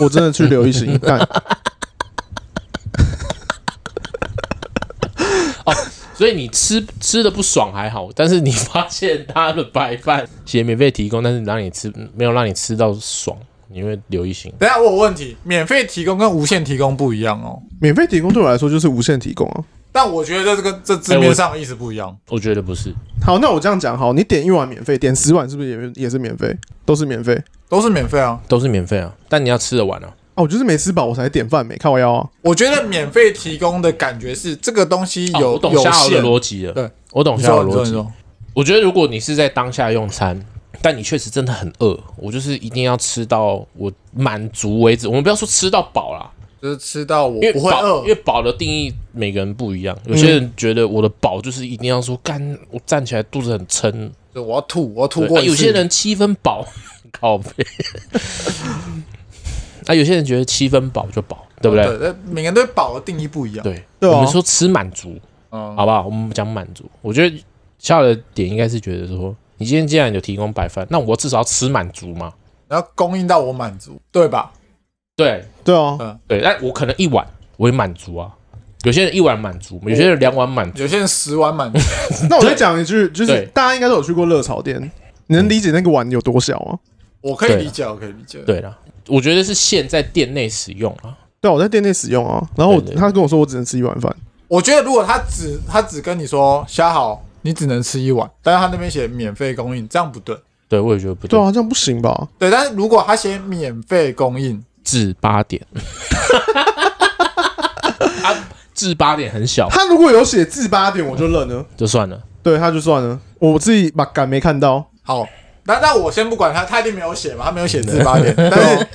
Speaker 1: 我真的去留一星，但
Speaker 3: 所以你吃吃的不爽还好，但是你 <laughs> 发现他的白饭写免费提供，但是让你吃没有让你吃到爽，你会留一星。
Speaker 2: 等一下我有问题，免费提供跟无限提供不一样哦，
Speaker 1: 免费提供对我来说就是无限提供啊。
Speaker 2: 但我觉得这个这字面上的意思不一样。
Speaker 3: 我觉得不是，
Speaker 1: 好，那我这样讲好，你点一碗免费，点十碗是不是也也是免费？都是免费
Speaker 2: 都是免费啊！
Speaker 3: 都是免费啊，但你要吃得完啊。
Speaker 1: 啊！我就是没吃饱我才点饭没，看我腰啊！
Speaker 2: 我觉得免费提供的感觉是这个东西
Speaker 3: 哦
Speaker 2: 有、
Speaker 3: 我懂
Speaker 2: 有
Speaker 3: 虾豪的
Speaker 2: 限。
Speaker 3: 逻辑了，
Speaker 2: 对，
Speaker 3: 我懂
Speaker 2: 你
Speaker 3: 虾豪
Speaker 2: 说，
Speaker 3: 的
Speaker 2: 你
Speaker 3: 逻
Speaker 2: 说，你
Speaker 3: 辑。
Speaker 2: 说，
Speaker 3: 我觉得如果你是在当下用餐，但你确实真的很饿，我就是一定要吃到我满足为止。我们不要说吃到饱啦，
Speaker 2: 就是吃到我
Speaker 3: 因为
Speaker 2: 不会
Speaker 3: 饱
Speaker 2: 饿
Speaker 3: 因，为饱的定义每个人不一样。有些人觉得我的饱就是一定要说干，我站起来肚子很撑。
Speaker 2: 就我要吐，我要吐
Speaker 3: 对
Speaker 2: 过、
Speaker 3: 啊，有些人，七分饱，靠背。 <laughs> 啊，有些人觉得七分饱就饱，对不对？
Speaker 2: 对，但每个人对饱的定义不一样。
Speaker 3: 对，
Speaker 1: 对啊
Speaker 3: 我们说吃满足，
Speaker 2: 嗯，
Speaker 3: 好不好？我们讲满足，我觉得笑的点应该是觉得说，你今天既然有提供白饭，那我至少要吃满足嘛。
Speaker 2: 然后供应到我满足，对吧？
Speaker 3: 对
Speaker 1: 对啊，
Speaker 3: 对，但我可能一碗我也满足啊。有些人一碗满足，有些人两碗满足。
Speaker 2: 有些人十碗
Speaker 3: <laughs>
Speaker 2: 满足，
Speaker 1: <laughs> 那我再讲一句，就是
Speaker 3: 对嗯
Speaker 1: 大家应该都有去过热炒店，你能理解那个碗有多小吗？
Speaker 2: 我可以
Speaker 3: 对啊
Speaker 2: 理解，我可以理解。
Speaker 3: 对啦，我觉得是现在店内使用啊。
Speaker 1: 对啊，我在店内使用啊，然后我
Speaker 3: 对对
Speaker 1: 他跟我说我只能吃一碗饭，
Speaker 2: 我觉得如果他只他只跟你说虾好，你只能吃一碗，但是他那边写免费供应，这样不对。
Speaker 3: 对，我也觉得不
Speaker 1: 对
Speaker 3: 对。
Speaker 1: 啊，这样不行吧？
Speaker 2: 对，但是如果他写免费供应，
Speaker 3: 至八点，啊，至八点很小，
Speaker 1: 他如果有写至八点，我就认了，
Speaker 3: 就算了。
Speaker 1: 对，他就算了，我自己把感没看到，
Speaker 2: 好，那那我先不管他，他一定没有写嘛，他没有写字八点， <laughs> 但是。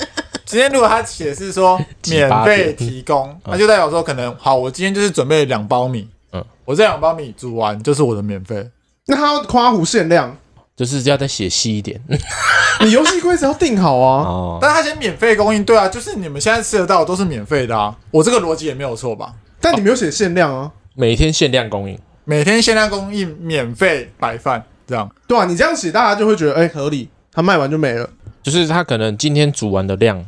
Speaker 2: 今天如果他写是说免费提供，那就代表说可能好，我今天就是准备两包米，嗯
Speaker 3: 嗯，
Speaker 2: 我这两包米煮完就是我的免费，
Speaker 1: 那他要夸胡限量，
Speaker 3: 就是要再写细一点
Speaker 1: 你游戏规则要定好啊，
Speaker 3: <laughs> 哦，
Speaker 2: 但他写免费供应，对啊，就是你们现在吃得到的都是免费的啊，我这个逻辑也没有错吧？
Speaker 1: 但你没有写限量啊，
Speaker 3: 每天限量供应，
Speaker 2: 每天限量供应免费白饭，这样
Speaker 1: 对啊，你这样写，大家就会觉得哎、合理，他卖完就没了，
Speaker 3: 就是他可能今天煮完的量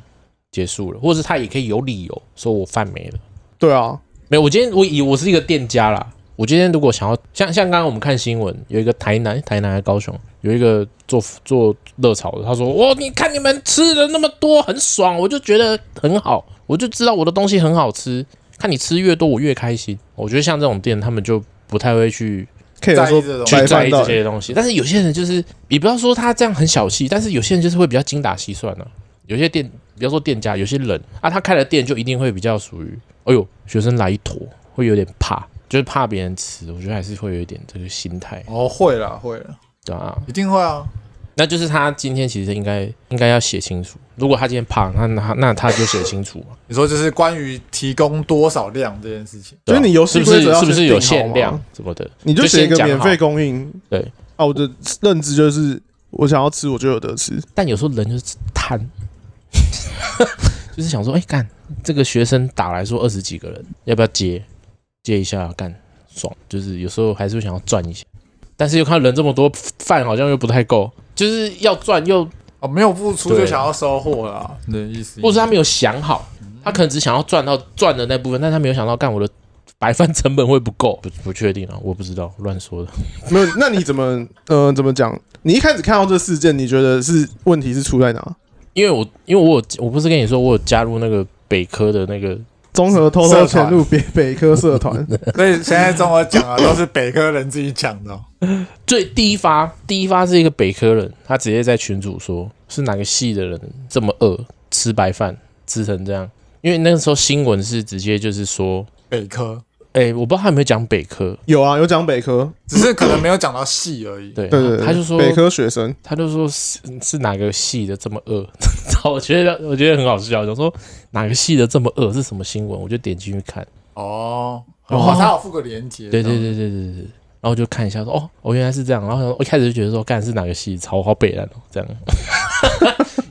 Speaker 3: 结束了，或者他也可以有理由说我饭没了。
Speaker 1: 对啊，
Speaker 3: 没有，我今天我以我是一个店家啦。我今天如果想要像像刚刚我们看新闻，有一个台南台南还是高雄有一个做做热炒的，他说：“哇，你看你们吃的那么多，很爽，我就觉得很好，我就知道我的东西很好吃。看你吃越多，我越开心。”我觉得像这种店，他们就不太会去
Speaker 1: 可以
Speaker 2: 在意
Speaker 1: 说
Speaker 2: 这种
Speaker 3: 去
Speaker 1: 白
Speaker 3: 在
Speaker 1: 饭
Speaker 3: 意这
Speaker 1: 到底
Speaker 3: 些东西。但是有些人就是，也不要说他这样很小气，但是有些人就是会比较精打细算啊。有些店，比方说店家，有些人啊，他开了店就一定会比较属于，哎呦，学生来一坨，会有点怕，就是怕别人吃。我觉得还是会有一点这个心态，
Speaker 2: 哦，会啦，会啦，
Speaker 3: 对啊。
Speaker 2: 一定会啊。
Speaker 3: 那就是他今天其实应该应该要写清楚，如果他今天怕，那那那他就写清
Speaker 1: <laughs>
Speaker 3: 楚嘛。
Speaker 2: 你说就是关于提供多少量这件事情，
Speaker 3: 对啊
Speaker 1: 所以你游戏
Speaker 3: 是不是
Speaker 1: 规则要
Speaker 3: 是不是有
Speaker 1: 先定好
Speaker 3: 限
Speaker 1: 嘛
Speaker 3: 量什么的？
Speaker 1: 你就写一个
Speaker 3: 先讲
Speaker 1: 免
Speaker 3: 好
Speaker 1: 费供应，
Speaker 3: 对
Speaker 1: 啊，我的认知就是我想要吃我就有得吃，
Speaker 3: 但有时候人就是贪， <laughs> 就是想说，哎、干这个学生打来说二十几个人，要不要接？接一下干，爽，就是有时候还是会想要赚一下，但是又看到人这么多，饭好像又不太够，就是要赚又
Speaker 2: 哦，没有付出
Speaker 3: 对
Speaker 2: 就想要收获了啊，的意思。
Speaker 3: 或者他没有想好，他可能只想要赚到赚的那部分，但他没有想到干我的白饭成本会不够，不不确定啊，我不知道，乱说的。
Speaker 1: <laughs> 没有，那你怎么呃怎么讲？你一开始看到这事件，你觉得是问题是出在哪？
Speaker 3: 因为我因为我有我不是跟你说我有加入那个北科的那个，
Speaker 1: 综合偷偷潜入北北科社团，
Speaker 2: 所以现在中我讲啊，都是北科人自己讲的哦。
Speaker 3: 最第一发第一发是一个北科人，他直接在群主说是哪个系的人这么饿吃白饭吃成这样，因为那个时候新闻是直接就是说，
Speaker 2: 北科
Speaker 3: 哎、我不知道他有没有讲北科，
Speaker 1: 有啊，有讲北科，
Speaker 2: 只是可能没有讲到细而已。
Speaker 3: 对啊
Speaker 1: 对对对，
Speaker 3: 他就说
Speaker 1: 北科学生，
Speaker 3: 他就说是是哪个系的这么恶， <laughs> 然后我觉得我觉得很好笑，想说哪个系的这么恶是什么新闻，我就点进去看，
Speaker 2: 哦，
Speaker 3: 哦
Speaker 2: 哦，他有附个连接。
Speaker 3: 对对对对对对对，然后我就看一下说哦，我、原来是这样，然后想说我一开始就觉得说干是哪个系，超好北然哦，这样， <laughs>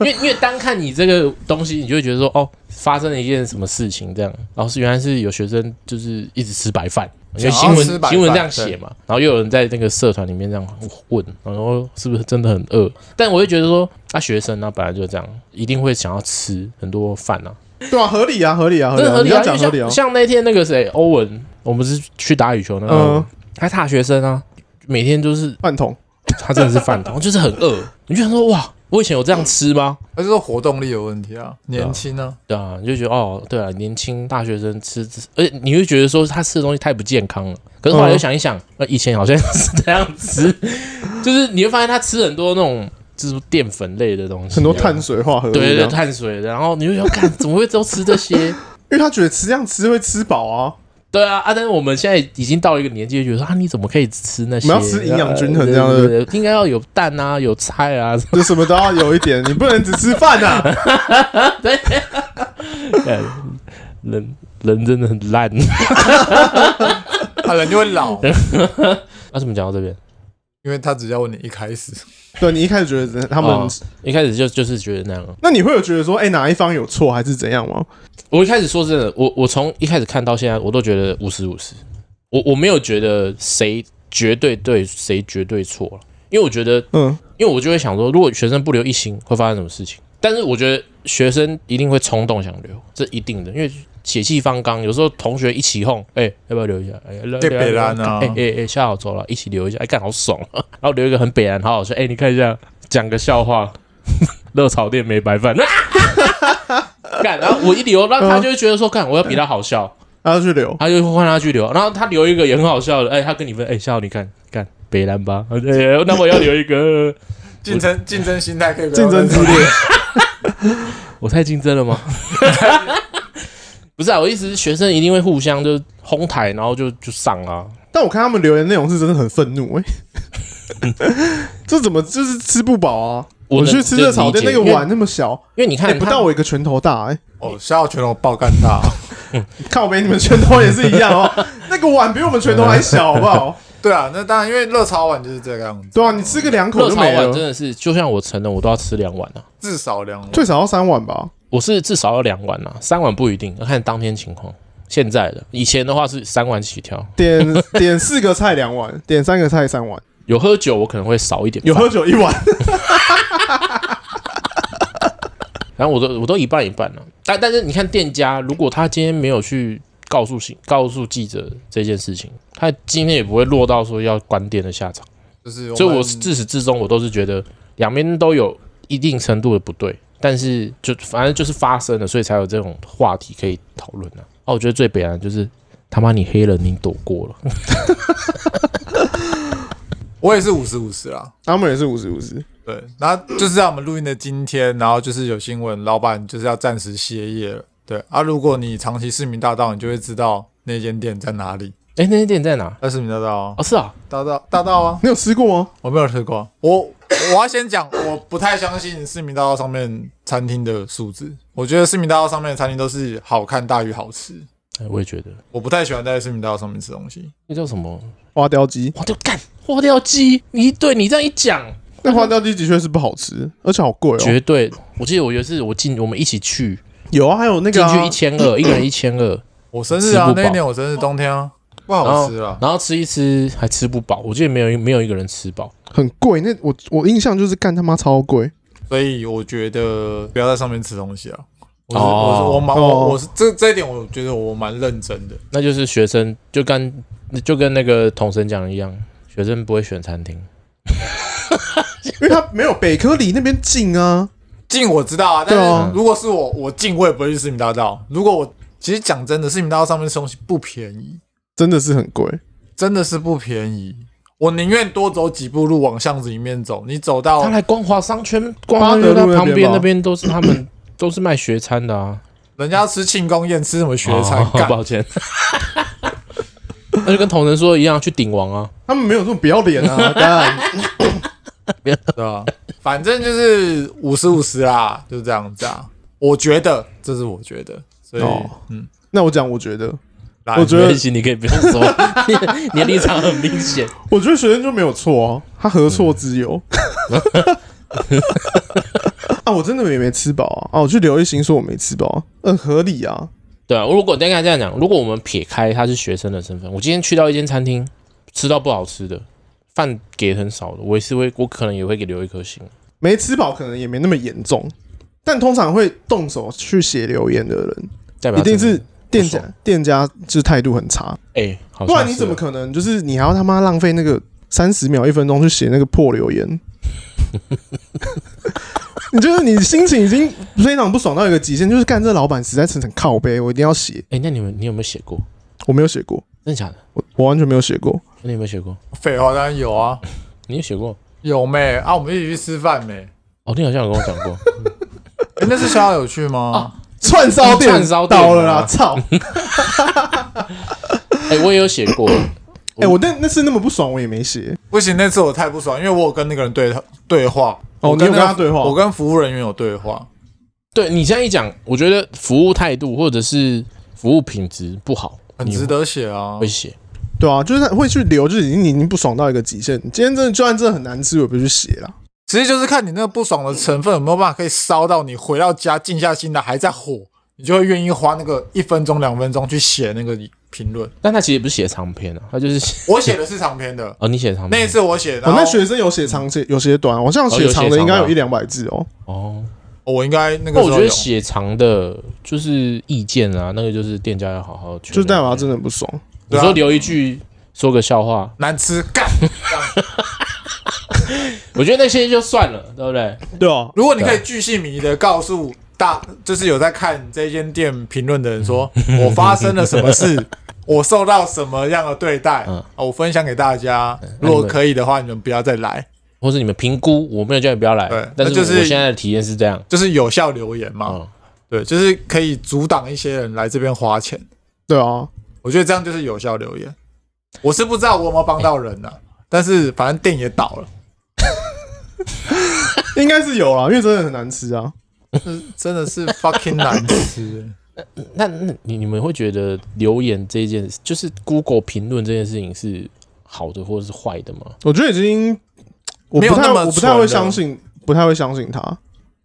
Speaker 3: 因为因为单看你这个东西，你就会觉得说哦，发生了一件什么事情这样，然后是原来是有学生就是一直吃白饭。因为新
Speaker 2: 想要
Speaker 3: 闻
Speaker 2: 吃白饭
Speaker 3: 新闻这样写嘛，然后又有人在那个社团里面这样问，然后是不是真的很饿？但我就觉得说，啊，学生啊，本来就这样，一定会想要吃很多饭啊，
Speaker 1: 对啊，合理啊，合理啊，合
Speaker 3: 真
Speaker 1: 理
Speaker 3: 的
Speaker 1: 啊，
Speaker 3: 合
Speaker 1: 你
Speaker 3: 理
Speaker 1: 要
Speaker 3: 啊！
Speaker 1: 讲合
Speaker 3: 因为
Speaker 1: 理啊
Speaker 3: 像，像那天那个谁，欧文，我们是去打羽球那个欧文，
Speaker 1: 嗯，
Speaker 3: 他大学生啊，每天都是
Speaker 1: 饭桶，
Speaker 3: 他真的是饭桶， <laughs> 就是很饿。你就想说哇，我以前有这样吃吗？
Speaker 2: 他就说活动力有问题啊，年轻啊，
Speaker 3: 对啊，你就觉得哦，对啊，年轻大学生吃，吃而且你会觉得说他吃的东西太不健康了。可是后来又想一
Speaker 1: 嗯
Speaker 3: 想，那、以前好像是这样吃， <laughs> 就是你会发现他吃很多那种就是淀粉类的东西啊、
Speaker 1: 很多碳水化合物，
Speaker 3: 对对
Speaker 1: 这
Speaker 3: 对
Speaker 1: 样
Speaker 3: 碳水的，然后你就想，看怎么会都吃这些？
Speaker 1: 因为他觉得吃这样吃会吃饱啊，
Speaker 3: 对啊，啊！但是我们现在已经到了一个年纪，就觉得说啊，你怎么可以吃那些？
Speaker 1: 我们要吃营养均衡这样的
Speaker 3: 呃对对对应该要有蛋啊，有菜啊，
Speaker 1: 就什么都要有一点，你不能只吃饭啊。
Speaker 3: 哎人人真的很烂。
Speaker 2: 他啊人就会老，
Speaker 3: 那、怎么讲到这边？
Speaker 2: 因为他只要问你一开始，
Speaker 1: 对你一开始觉得他们，
Speaker 3: 哦一开始就就是觉得那样。啊
Speaker 1: 那你会有觉得说，哎、哪一方有错还是怎样吗？
Speaker 3: 我一开始说真的，我我从一开始看到现在，我都觉得五十五十。我我没有觉得谁绝对对，谁绝对错了，因为我觉得
Speaker 1: 嗯，
Speaker 3: 因为我就会想说，如果学生不留一星，会发生什么事情？但是我觉得学生一定会冲动想留，这一定的，因为血气方刚，有时候同学一起哄，哎、要不要留一下？哎、留
Speaker 2: 这
Speaker 3: 留一下
Speaker 2: 北兰啊
Speaker 3: 哎哎哎，下好走了，一起留一下，哎、干好爽、啊，然后留一个很北兰，好好笑，哎、你看一下，讲个笑话，热炒店没白饭，干，然后我一留，那他就会觉得说，干，我要比他好笑，
Speaker 1: 他要去留，
Speaker 3: 他就换他去留，然后他留一个也很好笑的，哎、他跟你分，哎、下午你看，干北兰吧，哎、那我要留一个。
Speaker 2: 竞争竞争心态可以不要
Speaker 1: 竞争激烈，
Speaker 3: 我太竞争了吗？ <laughs> 不是啊，我意思是学生一定会互相就哄抬，然后就就上啊。
Speaker 1: 但我看他们留言内容是真的很愤
Speaker 3: <laughs>
Speaker 1: 怒、欸，这怎么就是吃不饱啊？我
Speaker 3: 能
Speaker 1: 去吃热炒店，
Speaker 3: 就
Speaker 1: 那
Speaker 3: 理
Speaker 1: 个
Speaker 3: 解
Speaker 1: 碗，那么小，
Speaker 3: 因为因为你看、
Speaker 1: 哎、不
Speaker 3: 他
Speaker 1: 到我一个拳头大、欸，
Speaker 2: 哦，下拳头爆干大。
Speaker 1: 看我没你们拳头也是一样
Speaker 3: <laughs>
Speaker 1: 哦，那个碗比我们拳头还小，好不好？
Speaker 2: 对啊，那当然，因为热潮碗就是这个样子，
Speaker 1: 对啊，你吃个两口
Speaker 3: 热
Speaker 1: 就
Speaker 3: 炒
Speaker 1: 没
Speaker 3: 碗真
Speaker 1: 了，
Speaker 3: 的是，就像我成人，我都要吃两碗啊。
Speaker 2: 至少两碗。
Speaker 1: 最少要三碗吧？
Speaker 3: 我是至少要两碗啊，三碗不一定，要看当天情况。现在的以前的话是三碗起跳，
Speaker 1: 点
Speaker 3: <laughs>
Speaker 1: 点四个菜两碗，点三个菜三碗，
Speaker 3: 有喝酒我可能会少一点饭，
Speaker 1: 有喝酒一碗，
Speaker 3: 然后我都我都一半一半了、但但是你看店家，如果他今天没有去告诉信告诉记者这件事情，他今天也不会落到说要关店的下场。
Speaker 2: 就是，
Speaker 3: 所以我自始至终我都是觉得两边都有一定程度的不对，但是就反正就是发生了，所以才有这种话题可以讨论啊。哦，我觉得最悲哀的就是他妈你黑人你躲过了，
Speaker 2: 我也是五十五十啊啦。
Speaker 1: 他们也是五十五十，
Speaker 2: 对，然后就是在我们录音的今天，然后就是有新闻，老板就是要暂时歇业了。对啊，如果你长期市民大道，你就会知道那间店在哪里。
Speaker 3: 哎，那间店在哪？
Speaker 2: 在市民大道、啊，
Speaker 3: 哦，是啊，
Speaker 2: 大道大道啊，
Speaker 1: 你有吃过吗？
Speaker 2: 我没有吃过。我我要先讲，我不太相信市民大道上面餐厅的数字。我觉得市民大道上面的餐厅都是好看大于好吃。
Speaker 3: 哎我也觉得
Speaker 2: 我不太喜欢在市民大道上面吃东西。
Speaker 3: 那叫什么
Speaker 1: 花雕鸡，
Speaker 3: 花雕干花雕鸡，你对你这样一讲，
Speaker 1: 但花雕鸡的确是不好吃，而且好贵哦。
Speaker 3: 绝对。我记得我有一次我进我们一起去
Speaker 1: 有啊，还有那
Speaker 3: 进
Speaker 1: 个啊
Speaker 3: 去一千二，一个人一千二，
Speaker 2: 我生日啊
Speaker 3: 吃，不饱哦
Speaker 2: 那一年我生日冬天啊，不好吃啊。
Speaker 3: 然后吃一吃还吃不饱，我记得没有一没有一个人吃饱。
Speaker 1: 很贵。那我我印象就是干他妈超贵，
Speaker 2: 所以我觉得不要在上面吃东西啊。我是、
Speaker 3: 哦
Speaker 2: 我是我蛮
Speaker 1: 哦
Speaker 2: 我我是这这一点，我觉得我蛮认真的。
Speaker 3: 那就是学生就跟就跟那个统神讲的一样，学生不会选餐厅。
Speaker 1: 因为它没有北科里那边近啊。
Speaker 2: 进我知道啊，但
Speaker 1: 对啊
Speaker 2: 是如果是我，我进我也不会去市民大道。如果我其实讲真的，市民大道上面吃东西不便宜，
Speaker 1: 真的是很贵，
Speaker 2: 真的是不便宜。我宁愿多走几步路往巷子里面走，你走
Speaker 1: 哦
Speaker 2: 到
Speaker 3: 他来光华商圈、光华商
Speaker 1: 八德
Speaker 3: 圈
Speaker 1: 路那边吧
Speaker 3: 旁边那边都是他们都是卖学餐的啊，
Speaker 2: 人家吃庆功宴吃什么学餐
Speaker 3: 哦
Speaker 2: 干，
Speaker 3: 抱歉。那就跟统神说的一样，去顶王啊，
Speaker 1: 他们没有这么不要脸 <laughs> 啊！当然，
Speaker 2: 对吧？反正就是五十五十啦，就这样子啊。我觉得这是我觉得，所以、
Speaker 1: 哦
Speaker 2: 嗯，
Speaker 1: 那我讲，我觉得，
Speaker 2: 来
Speaker 1: 我觉得
Speaker 3: 没关系，你可以不用说， <laughs> 你你的立场很明显。
Speaker 1: 我觉得学生就没有错啊，他何错之有？ <laughs> 啊，我真的也没吃饱啊！啊，我去刘一行说我没吃饱、啊，很合理啊。
Speaker 3: 对啊，如果大家这样讲，如果我们撇开他是学生的身份，我今天去到一间餐厅，吃到不好吃的饭给很少的，我也是会，我可能也会给留一颗星。
Speaker 1: 没吃饱可能也没那么严重，但通常会动手去写留言的人，
Speaker 3: 代表
Speaker 1: 一
Speaker 3: 他
Speaker 1: 定
Speaker 3: 真的
Speaker 1: 是店
Speaker 3: 不
Speaker 1: 家
Speaker 3: 爽
Speaker 1: 店家就是态度很差，
Speaker 3: 哎、好
Speaker 1: 不
Speaker 3: 像
Speaker 1: 然
Speaker 3: 是
Speaker 1: 你怎么可能就是啊你还要他妈浪费那个三十秒一分钟去写那个破留言？ <laughs> 你就是你心情已经非常不爽到一个极限，就是干这老板实在是很靠背，我一定要写。
Speaker 3: 哎、那你们你有没有写过？
Speaker 1: 我没有写过，
Speaker 3: 真的假的？
Speaker 1: 我我完全没有写过。
Speaker 3: 那你有没有写过？
Speaker 2: 废话当然有啊，
Speaker 3: 你有写过？
Speaker 2: 有妹啊，我们一起去吃饭没、
Speaker 3: 哦，你好像有跟我讲过。 <laughs>
Speaker 2: 诶那是逍遥有去
Speaker 1: 哦
Speaker 2: 吗？
Speaker 1: <laughs> 串烧店
Speaker 3: 串烧店啊
Speaker 1: 倒了啦！操！ <laughs>
Speaker 3: 哎、我也有写过。
Speaker 1: 哎、我那那次那么不爽，我也没写。
Speaker 2: 不行，那次我太不爽，因为我有跟那个人对对话。
Speaker 1: 哦
Speaker 2: 我跟
Speaker 1: 你有跟
Speaker 2: 那个
Speaker 1: 他对话
Speaker 2: 我跟服务人员有对话。
Speaker 3: 对你这样一讲，我觉得服务态度或者是服务品质不好，
Speaker 2: 很值得写啊
Speaker 3: 你会！写。
Speaker 1: 对啊，就是他会去留，就是已经已经不爽到一个极限。今天真的就算真的很难吃，我也不会去写啦。
Speaker 2: 其实就是看你那个不爽的成分有没有办法可以烧到你回到家静下心来还在火，你就会愿意花那个一分钟两分钟去写那个评论。
Speaker 3: 但他其实也不是写长篇啊，他就是写
Speaker 2: 我写的是长篇的
Speaker 3: <laughs> ，哦，你写长
Speaker 2: 那一
Speaker 3: 篇
Speaker 2: 次我写，
Speaker 1: 我、
Speaker 2: 然后
Speaker 1: 哦那学生有写长写有写短啊，我像写长的应该有一两百字哦。
Speaker 3: 哦。
Speaker 2: 我应该那个
Speaker 3: 那
Speaker 2: 时
Speaker 3: 我
Speaker 2: 候
Speaker 3: 觉得
Speaker 2: 有
Speaker 3: 写长的就是意见啊，那个就是店家要好好去。
Speaker 1: 就是代表他真的不爽。
Speaker 3: 你
Speaker 2: 对啊
Speaker 3: 说留一句，说个笑话，
Speaker 2: 难吃干。
Speaker 3: 我觉得那些就算了，对不对？
Speaker 1: 对啊，
Speaker 2: 如果你可以巨细靡遗的告诉大，就是有在看这间店评论的人说，<laughs>
Speaker 3: 嗯
Speaker 2: 我发生了什么
Speaker 3: <laughs>
Speaker 2: 事，我受到什么样的对待，
Speaker 3: 嗯
Speaker 2: 啊，我分享给大家。
Speaker 3: 那
Speaker 2: 如
Speaker 3: 你们
Speaker 2: 果可以的话，你们不要再来，
Speaker 3: 或者你们评估，我没有叫你不要来
Speaker 2: 对，那
Speaker 3: 但
Speaker 2: 就是
Speaker 3: 我现在的体验是这样。
Speaker 2: 就是有效留言嘛，
Speaker 3: 嗯，
Speaker 2: 对，就是可以阻挡一些人来这边花钱。
Speaker 1: 对啊，
Speaker 2: 我觉得这样就是有效留言。我是不知道我有没有帮到人呢、但是反正店也倒了，
Speaker 1: 应该是有啦，因为真的很难吃啊。
Speaker 2: 就是真的
Speaker 3: <laughs>
Speaker 2: 是 fucking 难吃。
Speaker 3: 那那你你们会觉得留言这件，就是 Google 评论这件事情是好的或者是坏的吗？
Speaker 1: 我觉得已经，我
Speaker 2: 没
Speaker 1: 不
Speaker 2: 有
Speaker 1: 太
Speaker 2: 那么
Speaker 1: 我不太会
Speaker 2: 蠢了
Speaker 1: 相信，不太会相信他。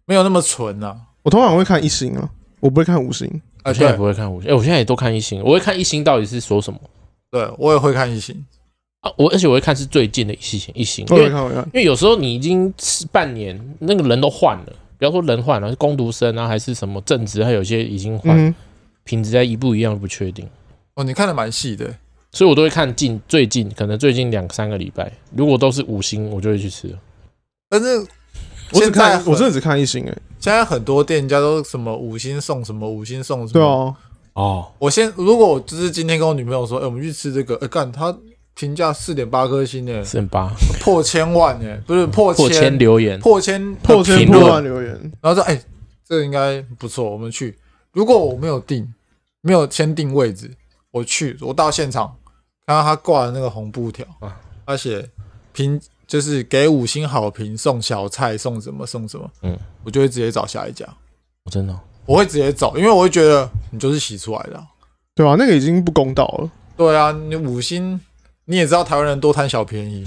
Speaker 2: 没有那么纯啊。
Speaker 1: 我通常会看一星啊，我不会看五星。
Speaker 2: 啊，
Speaker 3: 我现在也
Speaker 2: 对
Speaker 3: 不会看五星，哎、我现在也都看一星，我会看一星到底是说什么
Speaker 2: 对，我也会看一星。
Speaker 3: 啊？我而且我会看是最近的一星一星，因
Speaker 1: 我
Speaker 3: 为
Speaker 1: 也看，我也看。
Speaker 3: 因为有时候你已经是半年，那个人都换了，不要说人换了，是工读生啊，还是什么正职，还有些已经
Speaker 1: 嗯
Speaker 3: 换，
Speaker 2: 哎
Speaker 1: 哼，
Speaker 3: 品质在一不一样都不确定，
Speaker 2: 哦，你看的蛮细的。
Speaker 3: 所以我都会看近最近，可能最近两三个礼拜，如果都是五星，我就会去吃了。
Speaker 2: 但是
Speaker 1: 我只
Speaker 2: 现在
Speaker 1: 看，
Speaker 2: 很嗯
Speaker 1: 我真的只看一星哎。
Speaker 2: 现在很多店家都什么五星送什么五星送什
Speaker 1: 对
Speaker 2: 么。
Speaker 1: 啊，
Speaker 3: 哦，
Speaker 2: 我先，如果我就是今天跟我女朋友说，哎、我们去吃这个，哎、干，她评价四点八颗星呢、哎
Speaker 3: 四点八
Speaker 2: 破千万呢、不是破
Speaker 3: 破千
Speaker 2: 千
Speaker 3: 留言，
Speaker 2: 破千呃
Speaker 1: 破千
Speaker 3: 评
Speaker 1: 破
Speaker 3: 论
Speaker 1: 万留言，
Speaker 2: 然后说，哎、这个应该不错，我们去。如果我没有订，没有先订位置，我去，我到现场看到他挂的那个红布条
Speaker 3: 啊，
Speaker 2: 他写评就是给五星好评，送小菜，送什么送什么，
Speaker 3: 嗯，
Speaker 2: 我就会直接找下一家，
Speaker 3: 我真的哦、
Speaker 2: 我会直接走，因为我会觉得你就是洗出来的啊、
Speaker 1: 对啊，那个已经不公道了。
Speaker 2: 对啊，你五星你也知道台湾人多贪小便
Speaker 3: <laughs>
Speaker 2: 宜，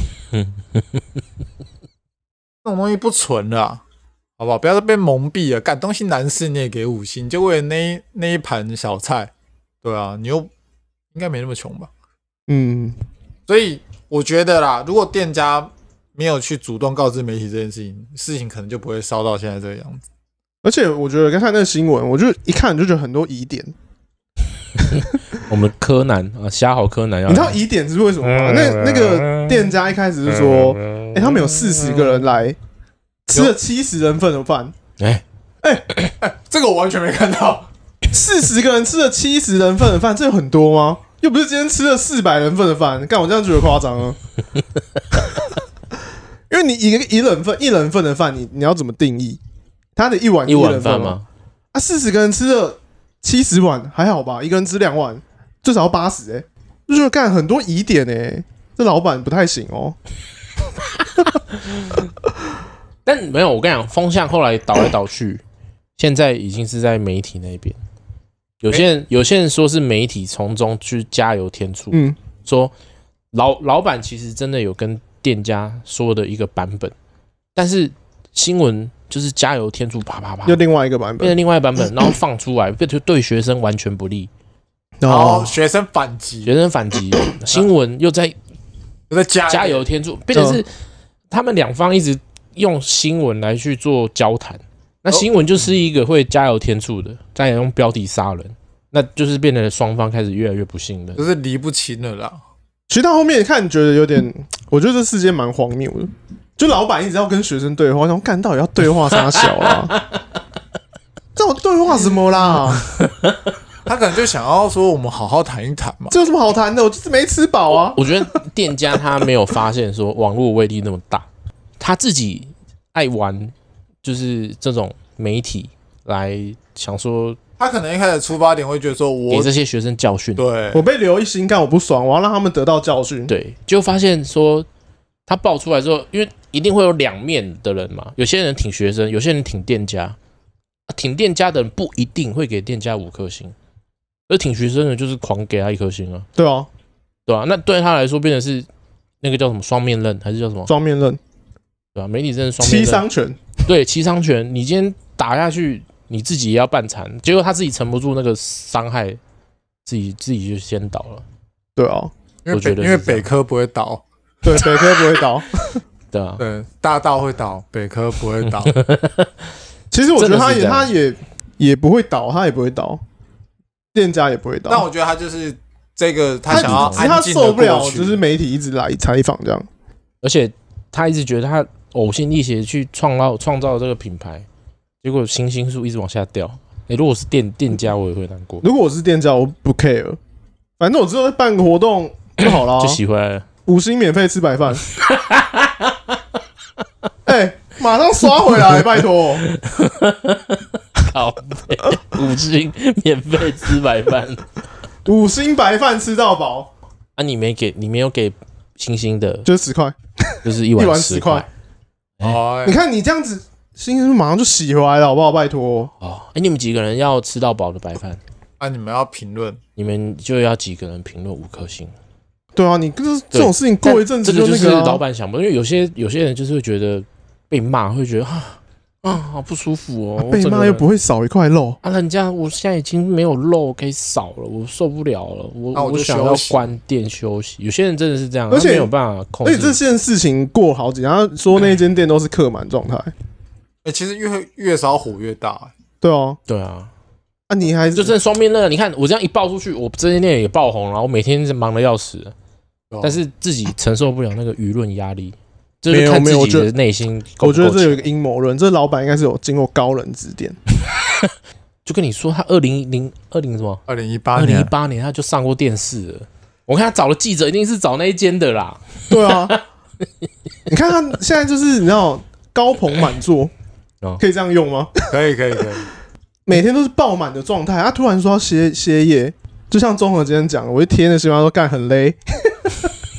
Speaker 2: 这种东西不纯了、啊，好不好？不要再被蒙蔽了。干东西难吃你也给五星，就为了那一那一盘小菜，对啊，你又应该没那么穷吧？
Speaker 1: 嗯，
Speaker 2: 所以我觉得啦，如果店家没有去主动告知媒体这件事情，事情可能就不会烧到现在这个样子。
Speaker 1: 而且我觉得刚才那个新闻，我就一看就觉得很多疑点。
Speaker 3: 我们柯南啊，虾好柯南要
Speaker 1: 你知道疑点是为什么
Speaker 3: 嗯
Speaker 1: 吗？那那个店家一开始是说，哎、他们有四十个人来，吃了七十人份的饭，
Speaker 3: 哎，
Speaker 2: 这个我完全没看到，
Speaker 1: 四十个人吃了七十人份的饭，这有很多吗？又不是今天吃了四百人份的饭，干我这样觉得夸张啊？ <laughs> 因为你一个一人份一人份的饭，你你要怎么定义？他的一碗
Speaker 3: 一碗
Speaker 1: 人
Speaker 3: 饭
Speaker 1: 份？
Speaker 3: 吗？
Speaker 1: 啊，四十个人吃了七十碗，还好吧？一个人吃两碗，最少要八十哎，就是干很多疑点哎、这老板不太行哦。
Speaker 3: 但没有，我跟你讲，风向后来倒来倒去，现在已经是在媒体那边。有些
Speaker 1: 哎
Speaker 3: 人、有些人说是媒体从中去加油添醋，
Speaker 1: 嗯，
Speaker 3: 说老老板其实真的有跟店家说的一个版本，但是新闻就是加油添醋，啪啪啪
Speaker 1: 又，另外一个版
Speaker 3: 变
Speaker 1: 本
Speaker 3: 成另外一版本，然后放出来， <coughs> 对就对学生完全不利，
Speaker 2: 然后学生反击，
Speaker 3: 哦学生反击，新闻又在
Speaker 2: 在加
Speaker 3: 加油添醋，变成是他们两方一直用新闻来去做交谈。那新闻就是一个会加油添醋的，再用标题杀人，那就是变得双方开始越来越不信任。
Speaker 2: 就是离不清了啦。
Speaker 1: 其实到后面看，觉得有点，我觉得这世界蛮荒谬的。就老板一直要跟学生对话，然后干到底要对话啥小
Speaker 3: <laughs>
Speaker 1: 啊？这种对话什么啦？
Speaker 2: 他可能就想要说我们好好谈一谈嘛。
Speaker 1: 这有什么好谈的？我就是没吃饱啊。
Speaker 3: 我觉得店家他没有发现说网络威力那么大，他自己爱玩就是这种媒体来想说
Speaker 2: 他可能一开始出发点会觉得说
Speaker 3: 给
Speaker 2: 我
Speaker 3: 这些学生教训，
Speaker 2: 对
Speaker 1: 我被留一心干，我不爽，我要让他们得到教训。
Speaker 3: 对，就发现说他爆出来之后，因为一定会有两面的人嘛，有些人挺学生，有些人挺店家，啊挺店家的人不一定会给店家五颗星，而挺学生的就是狂给他一颗星啊，
Speaker 1: 对啊，
Speaker 3: 对吧、那对他来说变成是那个叫什么双面刃，还是叫什么
Speaker 1: 双面刃，
Speaker 3: 对吧、啊媒体真的是双面
Speaker 1: 七
Speaker 3: 刃，
Speaker 1: 伤拳。
Speaker 3: 对七伤拳，你今天打下去，你自己也要半残，结果他自己承不住那个伤害，自己自己就先倒了，
Speaker 1: 对啊，
Speaker 2: 因
Speaker 3: 我
Speaker 2: 为
Speaker 3: 觉
Speaker 2: 北
Speaker 3: 得
Speaker 2: 因
Speaker 3: 是
Speaker 2: 为
Speaker 3: 这样
Speaker 2: 北科不会倒，
Speaker 1: 对，北科不会
Speaker 3: <laughs>
Speaker 1: 倒。
Speaker 3: 对啊，
Speaker 2: 对，大道会倒，北科不会
Speaker 3: <laughs>
Speaker 2: 倒。
Speaker 1: 其实我觉得他也
Speaker 3: 真的是这样
Speaker 1: 他也也不会倒，他也不会倒，店家也不会倒。
Speaker 2: 但我觉得他就是这个，
Speaker 1: 他
Speaker 2: 想要
Speaker 1: 只是他
Speaker 2: 安静
Speaker 1: 受
Speaker 2: 的
Speaker 1: 不了，
Speaker 2: 过去，
Speaker 1: 就是媒体一直来采访这样。
Speaker 3: 而且他一直觉得他呕心沥血去创造创造这个品牌，结果星星数一直往下掉。诶，如果是店店家，我也会难过，
Speaker 1: 如果我是店家，我不 care，反正我之后办个活动就好啦
Speaker 3: <laughs> 就。洗回来了。
Speaker 1: 五星免费吃白饭。 <laughs> 哎、马上刷回
Speaker 3: <laughs>
Speaker 1: 来，拜托！
Speaker 3: 好，五星免费吃白饭
Speaker 1: 五星白饭吃到饱，
Speaker 3: 啊！你没给，你没有给星星的，
Speaker 1: 就是十块。
Speaker 3: 就是一
Speaker 1: 一碗
Speaker 3: 十
Speaker 1: 10块
Speaker 3: 块哎
Speaker 2: 哦
Speaker 1: 你看你这样子，星星马上就洗回来了，好不好？拜托，
Speaker 3: 哦。哎、你们几个人要吃到饱的白饭，
Speaker 2: 啊，你们要评论，
Speaker 3: 你们就要几个人评论五颗星。
Speaker 1: 对啊，你就是这种事情
Speaker 3: 但
Speaker 1: 过一阵子
Speaker 3: 这个就
Speaker 1: 那
Speaker 3: 是
Speaker 1: 个、啊
Speaker 3: 老板想不，因为有些有些人就是会觉得被骂，会觉得啊啊好不舒服哦，我
Speaker 1: 啊被
Speaker 3: 整
Speaker 1: 骂
Speaker 3: 个
Speaker 1: 又
Speaker 3: 人
Speaker 1: 不会少一块肉。
Speaker 3: 啊，人家我现在已经没有肉可以少了，我受不了了，我、
Speaker 1: 啊
Speaker 2: 那我就
Speaker 3: 我想
Speaker 2: 休
Speaker 3: 要
Speaker 2: 息
Speaker 3: 关店休息。有些人真的是这样，
Speaker 1: 而且
Speaker 3: 他没有办法控
Speaker 1: 而且这
Speaker 3: 制。
Speaker 1: 件事情过好几天，然后说那间店都是客满状态。
Speaker 2: 哎，其实越越少火越大，欸
Speaker 1: 对啊，
Speaker 3: 对啊，
Speaker 1: 啊，你还
Speaker 3: 就真的双面刃啊。你看我这样一爆出去，我这间店也爆红，然后每天是忙的要死，
Speaker 2: 对吧
Speaker 3: 但是自己承受不了那个舆论压力，这
Speaker 1: 没
Speaker 3: 就
Speaker 1: 有
Speaker 3: 看
Speaker 1: 没
Speaker 3: 自
Speaker 1: 有
Speaker 3: 己
Speaker 1: 我觉
Speaker 3: 的内心够
Speaker 1: 我
Speaker 3: 不
Speaker 1: 觉
Speaker 3: 够
Speaker 1: 得这有一个
Speaker 3: 强。
Speaker 1: 阴谋论，这老板应该是有经过高人指点。
Speaker 3: 就跟你说，他二零零二零什么
Speaker 2: 二零一八
Speaker 3: 二零一
Speaker 2: 年，
Speaker 1: 啊
Speaker 3: 八年他就上过电视了。我看他找的记者一定是找那一间的啦，
Speaker 1: <laughs> 对啊，你看他现在就是你知道高朋满座
Speaker 3: 哦，
Speaker 1: 可以这样用吗？
Speaker 2: <laughs> 可以可以可以，
Speaker 1: 每天都是爆满的状态，他突然说要歇歇业，就像综合今天讲的，我就贴那新闻说干很勒， <laughs>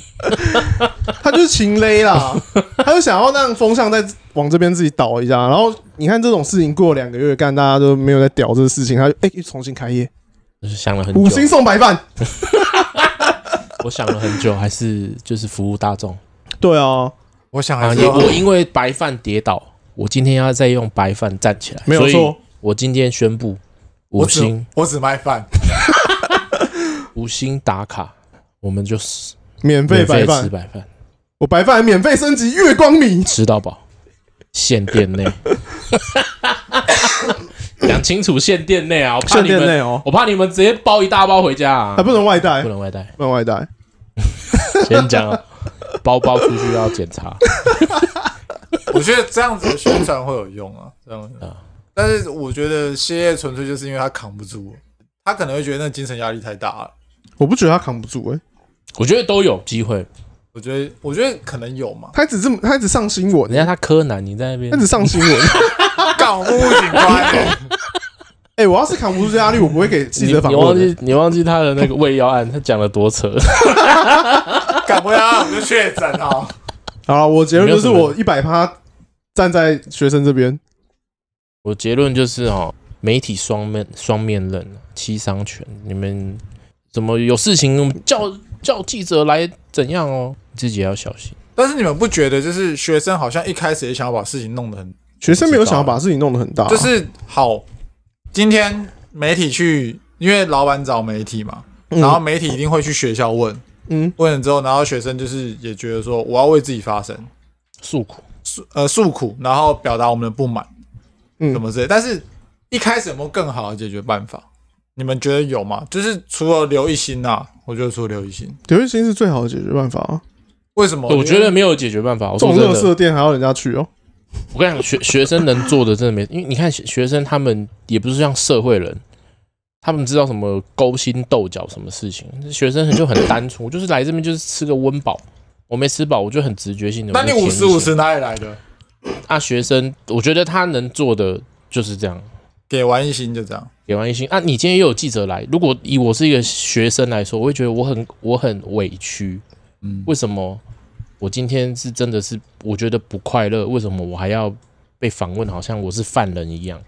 Speaker 1: 他就是情勒啦，他就想要让风向再往这边自己倒一下。然后你看这种事情过了两个月，干大家都没有在屌这个事情，他就哎、又重新开业，
Speaker 3: 就是想了很
Speaker 1: 五
Speaker 3: 久
Speaker 1: 星。送白饭。
Speaker 3: 我想了很久，还是就是服务大众。
Speaker 1: 对啊，
Speaker 2: 我想
Speaker 3: 啊，
Speaker 2: 还是
Speaker 3: 也
Speaker 2: 要
Speaker 3: 我因为白饭跌倒，我今天要再用白饭站起来，
Speaker 1: 没有
Speaker 3: 所以
Speaker 1: 错
Speaker 3: 我今天宣布
Speaker 2: 我
Speaker 3: 五
Speaker 2: 只
Speaker 3: 星
Speaker 2: 我只卖饭，
Speaker 3: 五星打卡，我们就是
Speaker 1: 免费
Speaker 3: 免
Speaker 1: 白
Speaker 3: 费
Speaker 1: 饭，
Speaker 3: 吃白饭，
Speaker 1: 我白饭还免费升级月光米，
Speaker 3: 吃到饱，限店内。讲清楚限店内啊！我怕
Speaker 1: 限
Speaker 3: 你
Speaker 1: 店
Speaker 3: 们，
Speaker 1: 内哦，
Speaker 3: 我怕你们直接包一大包回家啊！
Speaker 1: 还不能外带
Speaker 3: 不，能外带，
Speaker 1: 不能外带。
Speaker 3: 先讲啊包包出去要检查。
Speaker 2: 我觉得这样子的宣传会有用啊，这样子
Speaker 3: 啊。
Speaker 2: 但是我觉得歇业纯粹就是因为他扛不住，他可能会觉得那精神压力太大了。
Speaker 1: 我不觉得他扛不住哎、，
Speaker 3: 我觉得都有机会。
Speaker 2: 我觉得，我觉得可能有嘛
Speaker 1: 他只这么，他只上新闻
Speaker 3: 人，家他柯南，你在那边
Speaker 1: 他只上新闻。 <laughs>
Speaker 2: 搞不啊景 <laughs> 观。
Speaker 1: 哎、我要是扛不住这压力，我不会给记
Speaker 3: 你
Speaker 1: 者访
Speaker 3: 你忘
Speaker 1: 问的。
Speaker 3: 记你忘记他的那个胃药案，他讲了多扯，
Speaker 2: 赶回来我们就确诊啊！
Speaker 1: 好了，我结论就是
Speaker 3: 你没有
Speaker 1: 我一百趴站在学生这边。
Speaker 3: 我结论就是哦，媒体双面双面刃，啊七伤拳。你们怎么有事情我们叫叫记者来怎样哦？自己也要小心。
Speaker 2: 但是你们不觉得，就是学生好像一开始也想要把事情弄得很，
Speaker 1: 学生没有想要把事情弄得很大，
Speaker 2: 就是好，今天媒体去，因为老板找媒体嘛，
Speaker 1: 嗯
Speaker 2: 然后媒体一定会去学校问，
Speaker 1: 嗯，
Speaker 2: 问了之后，然后学生就是也觉得说，我要为自己发声，
Speaker 3: 诉苦，
Speaker 2: 诉呃诉苦，然后表达我们的不满，
Speaker 1: 嗯
Speaker 2: 什么之类。但是一开始有没有更好的解决办法？你们觉得有吗？就是除了刘一心呐、我觉得除了刘一心，
Speaker 1: 刘雨欣是最好的解决办法啊。
Speaker 2: 为什么？
Speaker 3: 我觉得没有解决办法。我
Speaker 1: 这
Speaker 3: 说
Speaker 1: 种
Speaker 3: 真
Speaker 1: 乐
Speaker 3: 的，
Speaker 1: 色店还要人家去哦、
Speaker 3: 我跟你讲，学学生能做的真的没，因为你看学学生他们也不是像社会人，他们知道什么勾心斗角什么事情，学生就很单纯，我就是来这边就是吃个温饱。我没吃饱，我就很直觉性的。
Speaker 2: 那你五
Speaker 3: 我就舔一
Speaker 2: 十
Speaker 3: 下
Speaker 2: 五十哪里来的？
Speaker 3: 啊，学生，我觉得他能做的就是这样，
Speaker 2: 给完一心就这样，
Speaker 3: 给完一星啊。你今天又有记者来，如果以我是一个学生来说，我会觉得我很我很委屈，
Speaker 2: 嗯，
Speaker 3: 为什么我今天是真的是我觉得不快乐，为什么我还要被访问，好像我是犯人一样？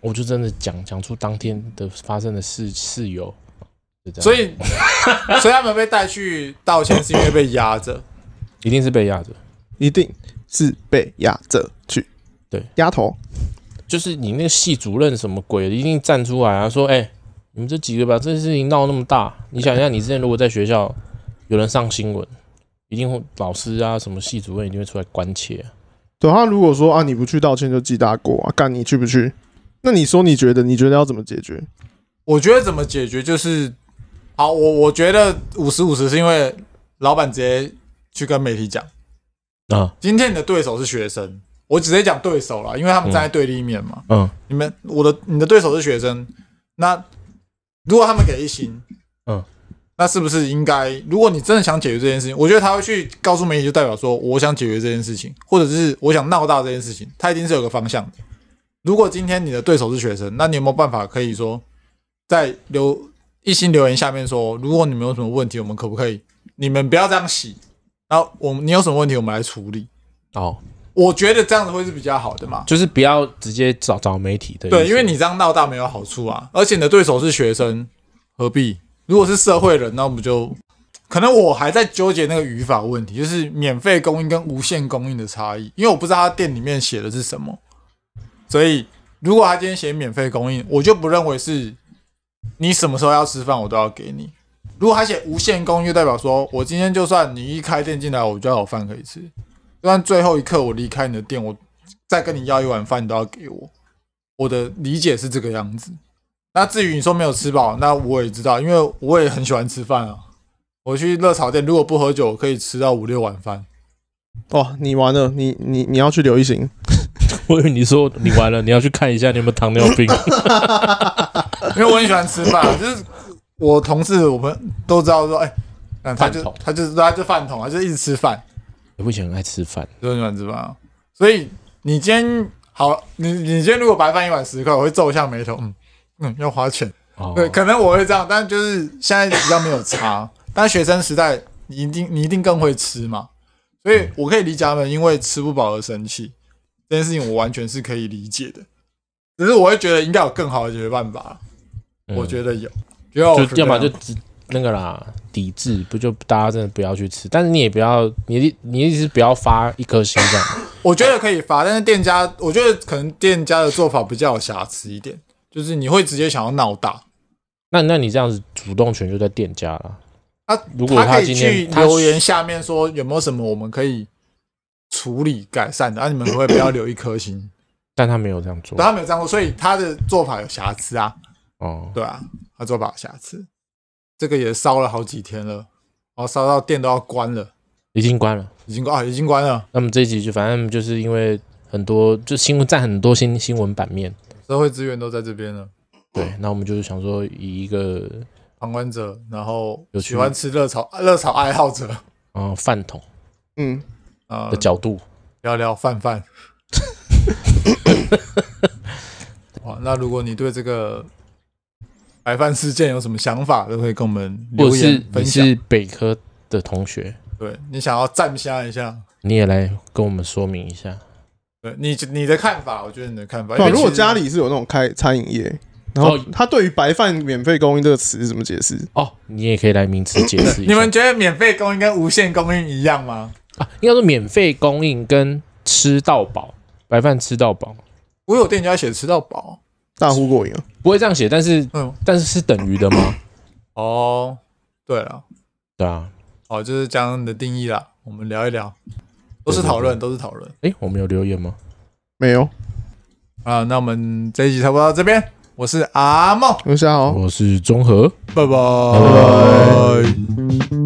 Speaker 3: 我就真的讲讲出当天的发生的事事由，是这样，
Speaker 2: 所以 <laughs> 所以他们被带去道歉是因为被压着，
Speaker 3: 一定是被压着。
Speaker 1: 一定是被压着去。
Speaker 3: 对，
Speaker 1: 压头
Speaker 3: 就是你那个系主任什么鬼，一定站出来啊，说，哎、你们这几个把这事情闹那么大，你想一下，你之前如果在学校有人上新闻，一定会老师啊，什么系主任一定会出来关切、啊。
Speaker 1: 对他如果说啊，你不去道歉就记大过啊，干你去不去？那你说你觉得你觉得要怎么解决？
Speaker 2: 我觉得怎么解决就是，好，我我觉得五十五十是因为老板直接去跟媒体讲，
Speaker 3: 啊，
Speaker 2: 今天你的对手是学生，我直接讲对手啦，因为他们站在对立面嘛。
Speaker 3: 嗯
Speaker 2: 你们我的你的对手是学生，那如果他们给一星，
Speaker 3: 嗯，
Speaker 2: 那是不是应该？如果你真的想解决这件事情，我觉得他会去告诉媒体，就代表说我想解决这件事情，或者是我想闹大这件事情，他一定是有个方向的。如果今天你的对手是学生，那你有没有办法可以说在留一星留言下面说，如果你们有什么问题，我们可不可以？你们不要这样洗，然后我们你有什么问题，我们来处理。
Speaker 3: 哦，
Speaker 2: 我觉得这样子会是比较好的嘛。
Speaker 3: 就是不要直接找找媒体的意思，
Speaker 2: 对，因为你这样闹大没有好处啊，而且你的对手是学生，何必？如果是社会人，那我们就可能我还在纠结那个语法问题，就是免费供应跟无限供应的差异，因为我不知道他店里面写的是什么，所以如果他今天写免费供应，我就不认为是你什么时候要吃饭我都要给你。如果他写无限供应，就代表说我今天就算你一开店进来，我就要有饭可以吃，就算最后一刻我离开你的店，我再跟你要一碗饭，你都要给我。我的理解是这个样子。那至于你说没有吃饱，那我也知道，因为我也很喜欢吃饭啊。我去热炒店，如果不喝酒，我可以吃到五六碗饭。
Speaker 1: 哦，你完了，你你你要去刘一行，
Speaker 3: <laughs> 我以为你说你完了，你要去看一下你有没有糖尿
Speaker 2: <laughs>
Speaker 3: 病。
Speaker 2: 因为我很喜欢吃饭，啊就是我同事我们都知道说，哎、那他就
Speaker 3: 饭桶
Speaker 2: 他就是他就饭桶啊，就一直吃饭，
Speaker 3: 我以前很爱吃饭，
Speaker 2: 就很喜欢吃饭啊。所以你今天好，你你今天如果白饭一碗十块，我会皱一下眉头，嗯嗯，要花钱。
Speaker 3: 哦，
Speaker 2: 对，可能我会这样，但就是现在比较没有
Speaker 3: <laughs>
Speaker 2: 差。但学生时代，你一定你一定更会吃嘛，所以我可以理解他们因为吃不饱而生气这件事情，我完全是可以理解的。只是我会觉得应该有更好的解决办法，
Speaker 3: 嗯
Speaker 2: 我觉得有，就要
Speaker 3: 就要么就只那个啦，抵制不就大家真的不要去吃，但是你也不要，你你一直不要发一颗心这样。
Speaker 2: 我觉得可以发，但是店家，我觉得可能店家的做法比较有瑕疵一点，就是你会直接想要闹大，
Speaker 3: 那那你这样子主动权就在店家了，
Speaker 2: 他
Speaker 3: 如果
Speaker 2: 他
Speaker 3: 他
Speaker 2: 可以
Speaker 3: 今天
Speaker 2: 去
Speaker 3: 他
Speaker 2: 留言下面说有没有什么我们可以处理改善的，那、啊你们可不可以不要留一颗星？
Speaker 3: 但他没有这样做
Speaker 2: 但他没有这样做，所以他的做法有瑕疵啊，
Speaker 3: 哦。
Speaker 2: 对啊，他做法有瑕疵，这个也烧了好几天了，哦，烧到店都要关了，
Speaker 3: 已经关了。
Speaker 2: 已经啊已经关了，
Speaker 3: 那么这一集就反正就是因为很多就新闻占很多新新闻版面，
Speaker 2: 社会资源都在这边了。嗯
Speaker 3: 对，那我们就是想说以一个
Speaker 2: 旁观者，然后
Speaker 3: 有趣
Speaker 2: 喜欢吃热炒热炒爱好者
Speaker 3: 呃饭桶
Speaker 1: 嗯，
Speaker 2: 啊、
Speaker 3: 的角度，
Speaker 2: 聊聊饭饭。
Speaker 3: <laughs>
Speaker 2: 哇，那如果你对这个白饭事件有什么想法，都可以跟我们
Speaker 3: 或
Speaker 2: 留
Speaker 3: 者
Speaker 2: 言
Speaker 3: 是
Speaker 2: 分
Speaker 3: 你
Speaker 2: 享。
Speaker 3: 是北科的同学，
Speaker 2: 对你想要站下一下，
Speaker 3: 你也来跟我们说明一下。
Speaker 2: 对你你的看法，我觉得你的看法。
Speaker 1: 对啊、
Speaker 2: 因为
Speaker 1: 如果
Speaker 2: 哎其实
Speaker 1: 家里是有那种开餐饮业，然后
Speaker 3: 哦
Speaker 1: 他对于白饭免费供应这个词是怎么解释？
Speaker 3: 哦，你也可以来名词解释一下。
Speaker 2: 你们觉得免费供应跟无限供应一样吗？
Speaker 3: 啊，应该说免费供应跟吃到饱，白饭吃到饱
Speaker 2: 我有店家写吃到饱，
Speaker 1: 大呼过瘾啊！
Speaker 3: 不会这样写，但是
Speaker 2: 嗯，
Speaker 3: 但是是等于的吗？
Speaker 2: 哦，对了，
Speaker 3: 对啊，
Speaker 2: 哦，就是讲你的定义啦，我们聊一聊，都是讨论，都是讨论
Speaker 3: 诶，我们有留言吗？
Speaker 1: 没有，
Speaker 2: 啊。那我们这一集差不多到这边，我是阿梦，
Speaker 1: 哦我下好。
Speaker 3: 我是中和。
Speaker 2: 拜拜。